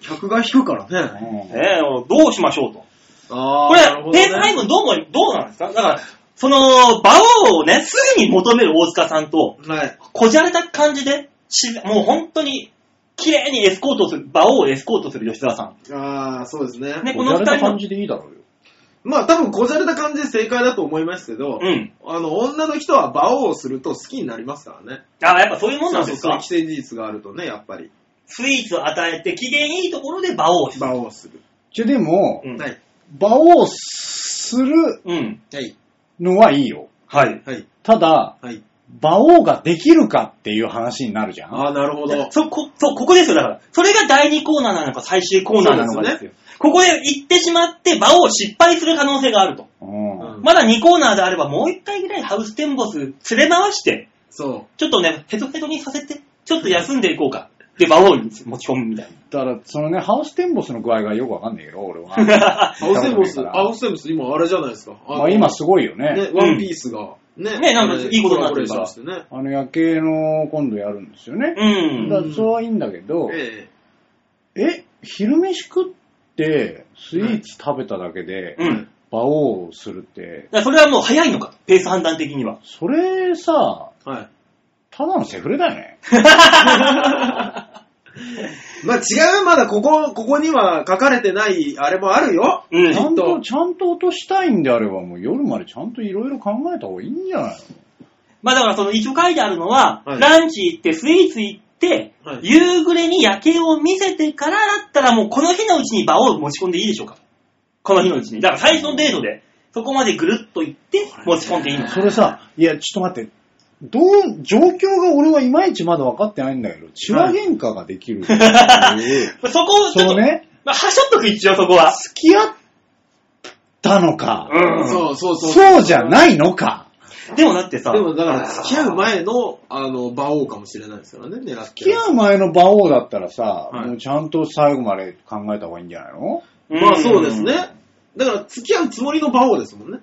Speaker 3: え 客が引くからね。
Speaker 4: うん
Speaker 2: ねえ、どうしましょうと。
Speaker 3: あ
Speaker 2: これ、ペース配分どうも、どうなんですかだから、その、馬王をね、すぐに求める大塚さんと、
Speaker 3: はい。
Speaker 2: こじゃれた感じで、しもう本当に、綺麗にエスコートする、馬王をエスコートする吉沢さ
Speaker 3: ああ、そうですね。
Speaker 2: ん。ね、こ
Speaker 4: こじゃ
Speaker 2: の
Speaker 4: れ
Speaker 2: 二
Speaker 4: た
Speaker 2: 人
Speaker 4: 感
Speaker 2: の、
Speaker 4: じでいいだろうよ。
Speaker 3: まあ多分こじゃれた感じで正解だと思いますけど、
Speaker 2: うん。
Speaker 3: あの、女の人は馬王をすると好きになりますからね。
Speaker 2: あやっぱそういうもんなんです
Speaker 3: そうそう
Speaker 2: か
Speaker 3: 既成事実があるとね、やっぱり。
Speaker 2: スイーツを与えて、機嫌いいところで馬王をする。
Speaker 3: 馬王をする。
Speaker 4: じゃ、でも
Speaker 2: う、ん
Speaker 3: はい。
Speaker 4: 馬王する
Speaker 2: うん。
Speaker 3: はい。
Speaker 4: のはいいよ。
Speaker 2: はい。
Speaker 3: はい。
Speaker 4: ただ、
Speaker 3: はい。
Speaker 4: 馬王ができるかっていう話になるじゃん。
Speaker 3: ああ、なるほど。
Speaker 2: そこ、そう、ここですよ、だから。それが第2コーナーなのか、最終コーナーなのかです
Speaker 3: そう
Speaker 2: よ。ここで行ってしまって、場を失敗する可能性があると。
Speaker 4: うん。
Speaker 2: まだ2コーナーであれば、もう1回ぐらいハウステンボス連れ回して、
Speaker 3: そ
Speaker 2: ちょっとね、ヘトヘトにさせて、ちょっと休んでいこうか。で、馬王に持ち込むみたい
Speaker 4: だから、そのね、ハウステンボスの具合がよくわかんないけど、俺は。
Speaker 2: な。
Speaker 3: う。ハウステンボス、
Speaker 4: だから
Speaker 3: ハウステンボス今あれじゃないですか。あの
Speaker 4: まあ今すごいよね。
Speaker 3: ね、ワンピースが、ね。
Speaker 2: ねなんかいいことになってる
Speaker 3: る
Speaker 2: か
Speaker 3: からら。してね。
Speaker 4: あの夜景の今度やるんですよね。
Speaker 2: う
Speaker 4: だ
Speaker 2: ん。
Speaker 4: からそれはいいんだけど、
Speaker 3: え
Speaker 4: え、昼飯食ってスイーツ食べただけで
Speaker 2: うん。だか
Speaker 4: 馬王をするって、
Speaker 2: らそれはもう早いのか、ペース判断的には。
Speaker 4: それさ、
Speaker 3: えはい。
Speaker 4: ただのセフレだ よね。
Speaker 3: まあ違う、まだここ、ここには書かれてない、あれもあるよ。
Speaker 2: う
Speaker 4: ちゃ
Speaker 2: ん。
Speaker 4: んと、ちゃんと落としたいんであれば、もう夜までちゃんといろいろ考えた方がいいんじゃない
Speaker 2: まあだからその一応書いてあるのは、
Speaker 3: はい
Speaker 2: ランチ行ってスイーツ行って、
Speaker 3: はい
Speaker 2: 夕暮れに夜景を見せてからだったらもうこの日のうちに場を持ち込んでいいでしょうかこの日のうちに。だから最初のデートで、そこまでぐるっと行って持ち込んでいいの
Speaker 4: のそれさ、いや、ちょっと待って、どう、状況が俺はいまいちまだ分かってないんだけど、血は喧嘩ができるっていう、
Speaker 2: そこをちょっ
Speaker 4: そ
Speaker 2: と、
Speaker 4: うね、
Speaker 2: まあ、はしょっとく一応そこは。
Speaker 4: 付き合ったのか、
Speaker 2: うん。
Speaker 3: そうそうそう。
Speaker 4: そうじゃないのか、
Speaker 2: でもだってさ、
Speaker 3: でもだから付き合う前の、あの、馬王かもしれないですからね、狙って
Speaker 4: 付き
Speaker 3: る。
Speaker 4: 合う前の馬王だったらさ、
Speaker 3: はい
Speaker 4: もうちゃんと最後まで考えた方がいいんじゃないの
Speaker 2: うん
Speaker 3: まあそうですね。だから付き合うつもりの馬王ですもんね。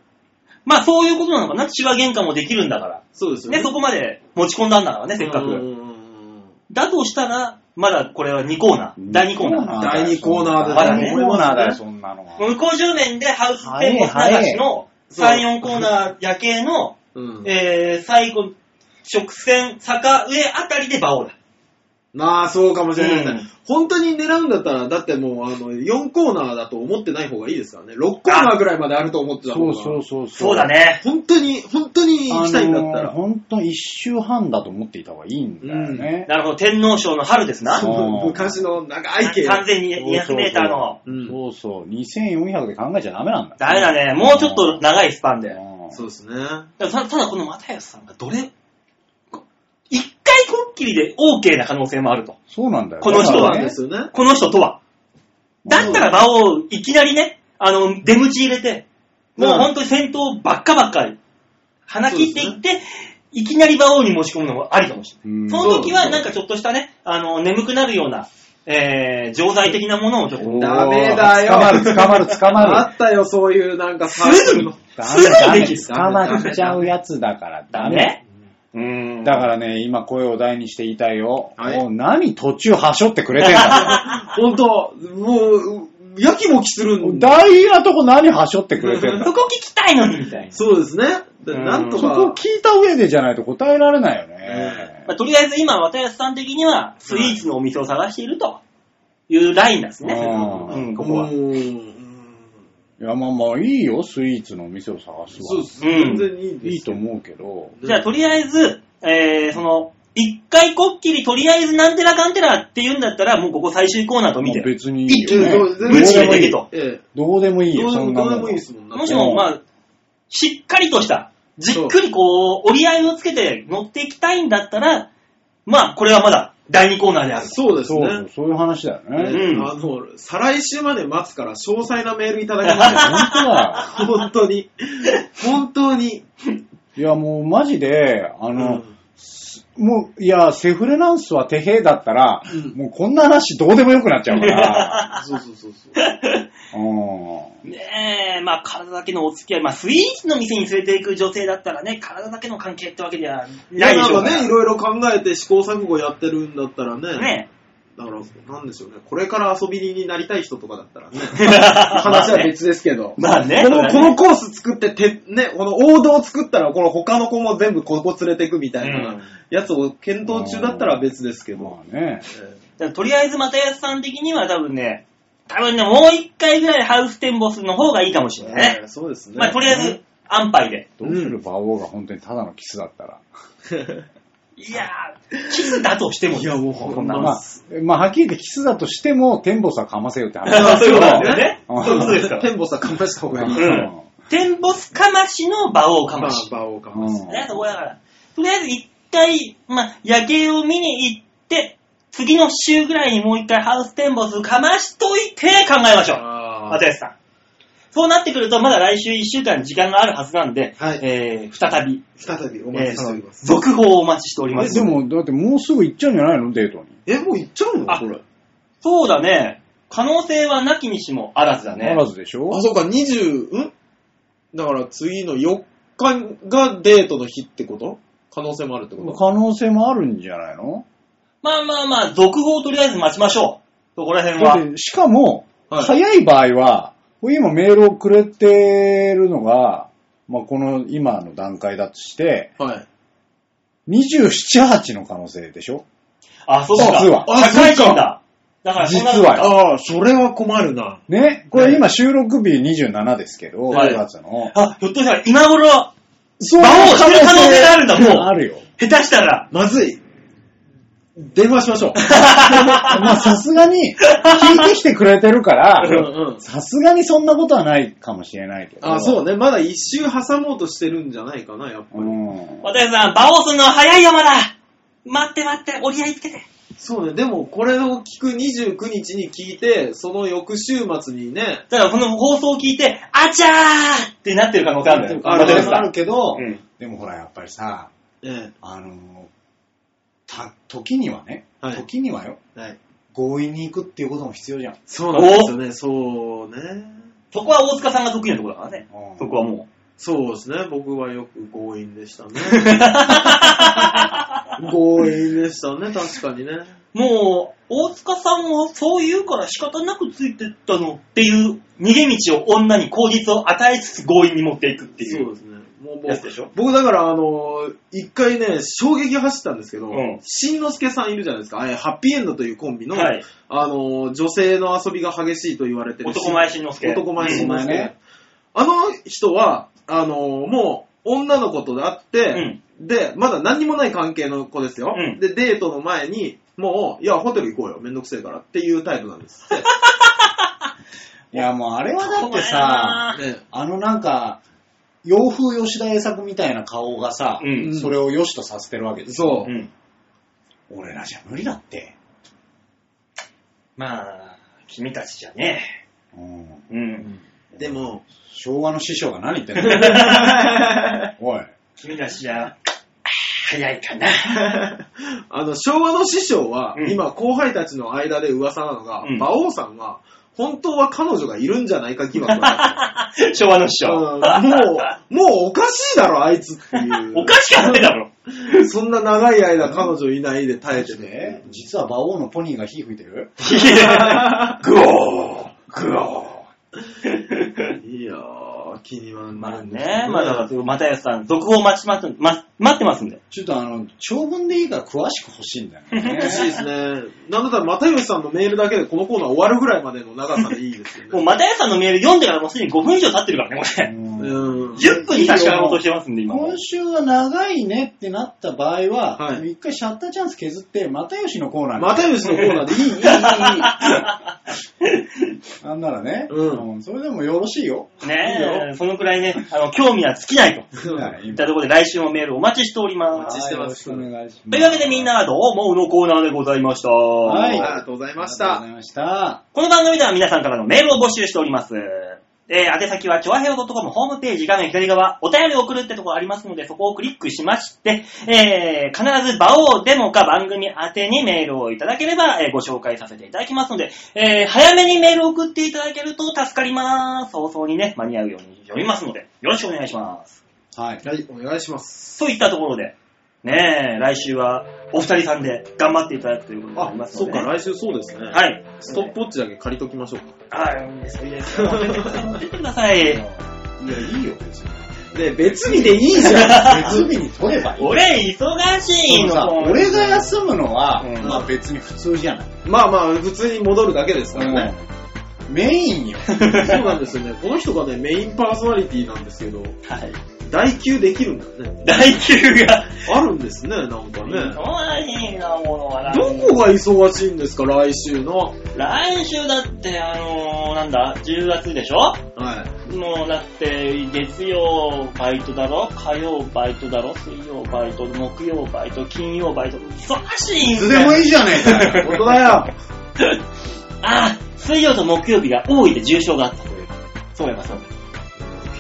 Speaker 2: まあそういうことなのかな。血は喧嘩もできるんだから。
Speaker 3: そうですよね。
Speaker 2: ね、そこまで持ち込んだんだからね、せっか
Speaker 3: うー
Speaker 2: く。
Speaker 3: ん
Speaker 2: だとしたら、まだこれは2コーナー。第2コーナー。
Speaker 3: 第二コーナーだ
Speaker 4: 第2コーナ
Speaker 3: ま
Speaker 4: ーだよ、
Speaker 3: だね
Speaker 4: そんなのは。
Speaker 2: 向こう10年でハウステンボス流しの
Speaker 3: 早い
Speaker 2: 3、4コーナー夜景の、
Speaker 3: うん。
Speaker 2: えー、最後、直線、坂上あたりで馬王だ。
Speaker 3: まあ、そうかもしれないですね、
Speaker 2: うん
Speaker 3: 本当に狙うんだったら、だってもう、あの、4コーナーだと思ってない方がいいですからね。6コーナーぐらいまであると思ってた方
Speaker 4: そ
Speaker 3: が。
Speaker 4: うそうそう。
Speaker 2: そうだ。ね。
Speaker 3: 本当に、本当に行きたいんだった
Speaker 4: あのー
Speaker 3: ら。
Speaker 4: 本当一周半だと思っていた方がいいんだよね。
Speaker 2: なるほど、天皇賞の春ですな。
Speaker 4: そう
Speaker 3: うん昔の長い系。
Speaker 2: 3200メーターの。
Speaker 3: うん
Speaker 4: そうそう、2400で考えちゃダメなんだ。
Speaker 2: ダメだね。もうちょっと長いスパンで。だ
Speaker 4: うん
Speaker 3: そうですね。
Speaker 2: たただこの又吉さんがどれ、こ一回こっきりで OK な可能性もあると。
Speaker 4: そうなんだよ。
Speaker 2: この人
Speaker 3: そう
Speaker 2: は
Speaker 3: なん
Speaker 4: ね
Speaker 3: で。すよね。
Speaker 2: この人とは。だったら馬王、いきなりね、あの、出口入れて、もう
Speaker 3: うん
Speaker 2: 本当に先頭ばっかばっかり、鼻切っていって、いきなり馬王に持ち込むのもありかもしれ
Speaker 4: う
Speaker 2: ない。
Speaker 4: ん
Speaker 2: その時はなんかちょっとしたね、あの、眠くなるような、えー、錠剤的なものをちょっと。
Speaker 3: ダメだよ
Speaker 4: 捕まる、捕まる、捕
Speaker 3: あ
Speaker 4: まる。
Speaker 3: ったよ、そういうなんかサ
Speaker 2: す
Speaker 3: ー
Speaker 2: ぐ
Speaker 3: ク
Speaker 2: に
Speaker 3: ルの。
Speaker 4: ダメ、ダメ、
Speaker 2: すぐできる
Speaker 4: 捕まっちゃうやつだからダ
Speaker 2: ダ
Speaker 4: メ。
Speaker 2: メうん。
Speaker 4: だからね、今声を大にして言いたいよ。
Speaker 3: はい
Speaker 4: もう何途中はしょってくれて んだ。
Speaker 3: 本当もう、やきもきするんだ。
Speaker 4: 大事なとこ何はしょってくれてんだ。
Speaker 2: そこ聞きたいのに、みたいな。
Speaker 3: そうですね。で
Speaker 2: うん
Speaker 3: なんと
Speaker 4: そこを
Speaker 3: か。
Speaker 4: 聞いた上でじゃないと答えられないよね。
Speaker 2: まあとりあえず今、渡安さん的には、スイーツのお店を探しているというラインなんですね。
Speaker 4: う
Speaker 2: うんん、ここは
Speaker 3: う。ーん
Speaker 4: いや、まあまあいいよ、スイーツのお店を探すわ。
Speaker 3: そうです。
Speaker 2: う
Speaker 3: 全
Speaker 2: ん
Speaker 3: 然いいです。
Speaker 4: いいと思うけど。
Speaker 2: じゃあ、とりあえず、えー、その、一回こっきりとりあえずなんてらかんてらって言うんだったら、もうここ最終コーナーと見
Speaker 4: まあ
Speaker 2: て。
Speaker 4: 別にいいよ、ね。
Speaker 3: いいけど
Speaker 4: どう
Speaker 2: 無知
Speaker 4: で
Speaker 2: で
Speaker 4: も
Speaker 2: で
Speaker 4: い
Speaker 2: き
Speaker 4: い
Speaker 2: る。と。
Speaker 3: ええ。
Speaker 4: どうでもいいよ、
Speaker 3: ど
Speaker 4: そ
Speaker 3: うんでも
Speaker 4: な
Speaker 3: どうでもい
Speaker 4: もん
Speaker 3: いで
Speaker 4: は
Speaker 3: すもん
Speaker 2: もし
Speaker 4: うん
Speaker 2: も、まあ、しっかりとした、じっくりこう、折り合いをつけて乗っていきたいんだったら、まあ、これはまだ第2コーナーであると。
Speaker 3: そうです
Speaker 4: そうそ
Speaker 3: ね
Speaker 4: う、。そういう話だよ
Speaker 3: ね
Speaker 4: ね。
Speaker 2: うん
Speaker 3: あの、再来週まで待つから詳細なメールいただき ま
Speaker 4: 本当だ
Speaker 3: す。本当に。本当に。
Speaker 4: よ。いや、もうマジで、あ
Speaker 3: う
Speaker 4: の、
Speaker 3: ん
Speaker 4: もう、いや、セフレナンスは手兵だったら、
Speaker 3: うん
Speaker 4: もうこんな話どうでもよくなっちゃうから。
Speaker 3: そうそうそうそう。
Speaker 4: うん
Speaker 2: ねえ、まあ、体だけのお付き合い、まあ、スイーツの店に連れて行く女性だったらね、体だけの関係ってわけではないで
Speaker 3: な
Speaker 2: し
Speaker 3: ん
Speaker 2: ょ
Speaker 3: か
Speaker 2: うから
Speaker 3: ね、いろいろ考えて試行錯誤やってるんだったらね。
Speaker 2: ね
Speaker 3: だから、なんでしょうね。これから遊び人になりたい人とかだったらね。 話は別ですけど。
Speaker 2: まあね
Speaker 3: こ
Speaker 2: そ
Speaker 3: の、
Speaker 2: れはね
Speaker 3: このコース作って、て、ね、この王道作ったら、この他の子も全部ここ連れてくみたい
Speaker 2: うん
Speaker 3: なやつを検討中だったら別ですけど。
Speaker 4: まあ
Speaker 3: ええ
Speaker 2: だか
Speaker 4: ね。
Speaker 2: らとりあえず、又吉さん的には多分ね、多分ね、もう一回ぐらいハウステンボスの方がいいかもしれない
Speaker 3: え
Speaker 2: ね。
Speaker 3: えそうですね。
Speaker 2: まあ、とりあえず、安牌で。
Speaker 4: どうする馬王が本当にただのキスだったら。
Speaker 2: いやー、キスだとしても。いや、もうこんな
Speaker 4: ま
Speaker 2: の。
Speaker 4: あ、まあ、はっきり言ってキスだとしても、テンボスはかませよって
Speaker 2: あそ
Speaker 4: 話。
Speaker 2: ういうことなんだよね。
Speaker 4: うん
Speaker 2: そういうことですから。
Speaker 3: テンボさかました方がいい。
Speaker 2: んテンボスかましの馬王かまし。
Speaker 3: まあ、場をか
Speaker 4: う
Speaker 3: ま
Speaker 4: ん
Speaker 3: す。
Speaker 2: ね、そこだから。とりあえず一回、まあ、夜景を見に行って、次の週ぐらいにもう一回ハウステンボスかましといて考えましょう。
Speaker 3: あ
Speaker 2: 又吉さん。そうなってくると、まだ来週1週間時間があるはずなんで、
Speaker 3: はい
Speaker 2: えー、再び、
Speaker 3: 再びお待
Speaker 2: えー
Speaker 3: ちしております。
Speaker 2: その続報をお待ちしておりま
Speaker 4: え
Speaker 2: す。
Speaker 4: で、も、だってもうすぐ行っちゃうんじゃないのデートに。
Speaker 3: え、もう行っちゃうの
Speaker 2: あ
Speaker 3: これ。
Speaker 2: そうだね。可能性はなきにしもあらずだね
Speaker 4: あ。らずでしょ
Speaker 3: あ、そうか、20、んだから次の4日がデートの日ってこと可能性もあるってこと
Speaker 4: 可能性もあるんじゃないの
Speaker 2: まあまあまあ、続報をとりあえず待ちましょう。そこら辺
Speaker 4: だっ
Speaker 2: は。
Speaker 4: てしかも、
Speaker 3: はい
Speaker 4: 早い場合は、今メールをくれてるのが、まあ、この今の段階だとして、
Speaker 3: はい。
Speaker 4: 27、8の可能性でしょ
Speaker 2: あ、そうか。
Speaker 4: 実は
Speaker 3: あ
Speaker 2: 社会人
Speaker 3: そう
Speaker 2: だ。だからそんな、
Speaker 4: 実はよ
Speaker 3: ああ、それは困るな。
Speaker 4: ねこれ今収録日27ですけど、
Speaker 2: はい
Speaker 4: 5月の。
Speaker 2: あ、ひょっとしたら今頃、
Speaker 4: そ
Speaker 2: 馬王してる可能性があるんだもう
Speaker 4: あるよ。
Speaker 2: 下手したら、
Speaker 3: まずい。電話しましょう。
Speaker 4: まあさすがに、聞いてきてくれてるから
Speaker 3: うんうん、
Speaker 4: さすがにそんなことはないかもしれないけど。
Speaker 3: あ、そう
Speaker 4: ね。
Speaker 3: ね。まだ一周挟もうとしてるんじゃないかな、やっぱり。
Speaker 4: うん。
Speaker 2: 渡辺さん、バオすんの早いよ、まだ待って待って、折り合いつけて。
Speaker 3: そうね。でも、これを聞く29日に聞いて、その翌週末にね、
Speaker 2: だから、この放送を聞いて、あちゃーってなってる可能性あるんだよ。
Speaker 3: あ
Speaker 4: あ
Speaker 3: る
Speaker 2: 渡辺
Speaker 4: れ
Speaker 2: さ
Speaker 4: もあ
Speaker 2: ん
Speaker 4: るけど
Speaker 2: う、ん
Speaker 4: でもほら、やっぱりさ、
Speaker 3: え
Speaker 4: あの、た、時にはね、
Speaker 3: はい
Speaker 4: 時にはよ、
Speaker 3: えはい、
Speaker 4: 強引に行くっていうことも必要じゃん。
Speaker 3: そうなんですよね。そうね。
Speaker 2: そこは大塚さんが得意なところだからね。そこはも
Speaker 3: そうですね。僕はよく強引で したね。強引でしたね、確かにね。
Speaker 2: う。もう、大塚さんはそう言うから仕方なくついてったのっていう逃げ道を女に口実を与えつつ強引に持っていくってい
Speaker 3: そう
Speaker 2: う。
Speaker 3: ですね。もう
Speaker 2: やつでしょ
Speaker 3: 僕、僕だからあの、一回ね、衝撃走ったんですけど、
Speaker 2: うん
Speaker 3: しんのすけさんいるじゃないですか。あれ、ハッピーエンドというコンビの、
Speaker 2: はい。
Speaker 3: あの、女性の遊びが激しいと言われてる
Speaker 2: 男前しんのすけ。
Speaker 3: 男前しんのすけ
Speaker 4: うん前ね
Speaker 3: あの人は、あの、もう、女の子と会って、で、まだ何にもない関係の子ですよ。
Speaker 2: うん
Speaker 3: で、デートの前に、もう、いや、ホテル行こうよ。めんどくせえからっていうタイプなんですって。
Speaker 4: いや、もうあれはだって
Speaker 2: 男前だ
Speaker 4: さ、
Speaker 2: な
Speaker 3: ね
Speaker 4: あのなんか、洋風吉田栄作みたいな顔がさ、
Speaker 2: うん
Speaker 4: それを良しとさせてるわけです
Speaker 3: そ
Speaker 4: よ。
Speaker 3: う
Speaker 2: う。ん。
Speaker 4: 俺らじゃ無理だって。
Speaker 2: まあ、君たちじゃね
Speaker 4: うん
Speaker 2: え。うん。
Speaker 3: でも、
Speaker 4: 昭和の師匠が 何言ってんのおい。
Speaker 2: 君たちじゃ、早いかな。
Speaker 3: あの、昭和の師匠は、
Speaker 2: うん
Speaker 3: 今、後輩たちの間で噂なのが、
Speaker 2: うん
Speaker 3: 馬王さんは、本当は彼女がいるんじゃないか疑惑 があ
Speaker 2: 昭和の師
Speaker 3: るう
Speaker 2: 匠。
Speaker 3: んもう、もうおかしいだろ、あいつっていう。
Speaker 2: おかしくないだろ。
Speaker 3: そんな長い間彼女いないで耐えて
Speaker 4: で
Speaker 3: ね。
Speaker 4: 実は馬王のポニーが火吹いてる
Speaker 2: グオーグオー
Speaker 3: いやー、気には
Speaker 2: ま
Speaker 3: な
Speaker 2: あ
Speaker 3: るんです
Speaker 2: ね、まあだから、又吉さん、続報待ちます、ま、待ってますんで。
Speaker 4: ちょっとあの、長文でいいから詳しく欲しいんだよね。
Speaker 3: 嬉しいですね。なんだったら、又吉さんのメールだけでこのコーナー終わるぐらいまでの長さでいいですよ
Speaker 2: もう
Speaker 3: ね。
Speaker 2: 又吉さんのメール読んでからもうすでに5分以上経ってるからね、これ。
Speaker 4: うん
Speaker 3: うん。
Speaker 2: 10分に差し掛かろうとしてますんで、今も。
Speaker 4: 今週は長いねってなった場合は、
Speaker 3: はい
Speaker 4: 一回シャッターチャンス削って、又吉のコーナーに。
Speaker 3: 又吉のコーナーでいい、いい、いい、 いい。
Speaker 4: なんならね、
Speaker 3: うん
Speaker 4: うんそれでもよろしいよ。
Speaker 2: ねえ、そのくらいね、あの、興味は尽きないと。
Speaker 4: はい
Speaker 2: いったところで来週もメールお待ちしており
Speaker 3: お
Speaker 2: ま
Speaker 3: 待ち。
Speaker 2: す
Speaker 3: してます
Speaker 4: はいよろしくお願いします。
Speaker 2: というわけでみんなはどう思うのコーナーでございました。
Speaker 4: はい
Speaker 3: ありがとうございまし
Speaker 4: ありがと
Speaker 3: た
Speaker 4: うござ。いました。
Speaker 2: この番組では皆さんからのメールを募集しております。えー、宛先は、ちょわへよ .com ホームページ画面左側、お便りを送るってところありますので、そこをクリックしまして、えー、必ず場をデモか番組宛てにメールをいただければ、えーご紹介させていただきますので、えー、早めにメールを送っていただけると助かります。早々にね、間に合うようにしておりますので、よろしくお願いします。
Speaker 4: はい。
Speaker 3: はい、お願いします。
Speaker 2: そういったところで、ねえ、来週はお二人さんで頑張っていただくということにな
Speaker 3: あ
Speaker 2: り、ます
Speaker 3: そ
Speaker 2: の
Speaker 3: っ
Speaker 2: で、
Speaker 3: か、来週そうですね。い。
Speaker 2: はい。
Speaker 3: ストップウォッチだけ借りときましょうか。
Speaker 2: はい、そうですよ。持ってってください。
Speaker 4: いや、いいよ、別に。
Speaker 3: ね別日でいいじ ゃん。
Speaker 4: 別日に取ればいい。
Speaker 2: 俺、忙しい
Speaker 4: でもさ
Speaker 2: の。
Speaker 4: 俺が休むのは、
Speaker 2: うん
Speaker 4: まあ別に普通じゃない。
Speaker 3: まあまあ、普通に戻るだけですからね。
Speaker 4: メインよ。
Speaker 3: そうなんですよね。この人がね、メインパーソナリティなんですけど、
Speaker 2: はい。
Speaker 3: 代休できるんだね。
Speaker 2: 第9が。
Speaker 3: あるんですね、なんかね。
Speaker 2: 忙しいな、ものはな。
Speaker 3: どこが忙しいんですか、来週の。
Speaker 2: 来週だって、あのー、なんだ、10月でしょ
Speaker 3: はい。
Speaker 2: もうだって、月曜バイトだろ火曜バイトだろ水曜バイト、木曜バイト、金曜バイト。忙しいん
Speaker 4: い
Speaker 2: だ
Speaker 4: つ
Speaker 2: よ
Speaker 4: でもいいじゃねえ かよ。
Speaker 3: 本当だよ。
Speaker 2: ああ、水曜と木曜日が多いで重症があったという。そういえばそう。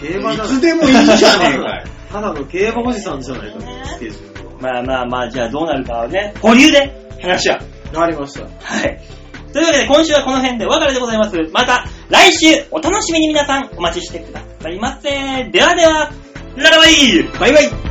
Speaker 3: 競馬
Speaker 4: い
Speaker 3: だ
Speaker 4: つでもいいじゃねえかよ。
Speaker 3: ただの競馬おじさんじゃないか、スケジュール
Speaker 2: まあまあまあ、じゃあどうなるかはね、保留で話は。
Speaker 3: が。ありました。
Speaker 2: はい。というわけで今週はこの辺でお別れでございます。また来週お楽しみに皆さんお待ちしてくださいませ。ではでは、ララバイ
Speaker 3: バイバイ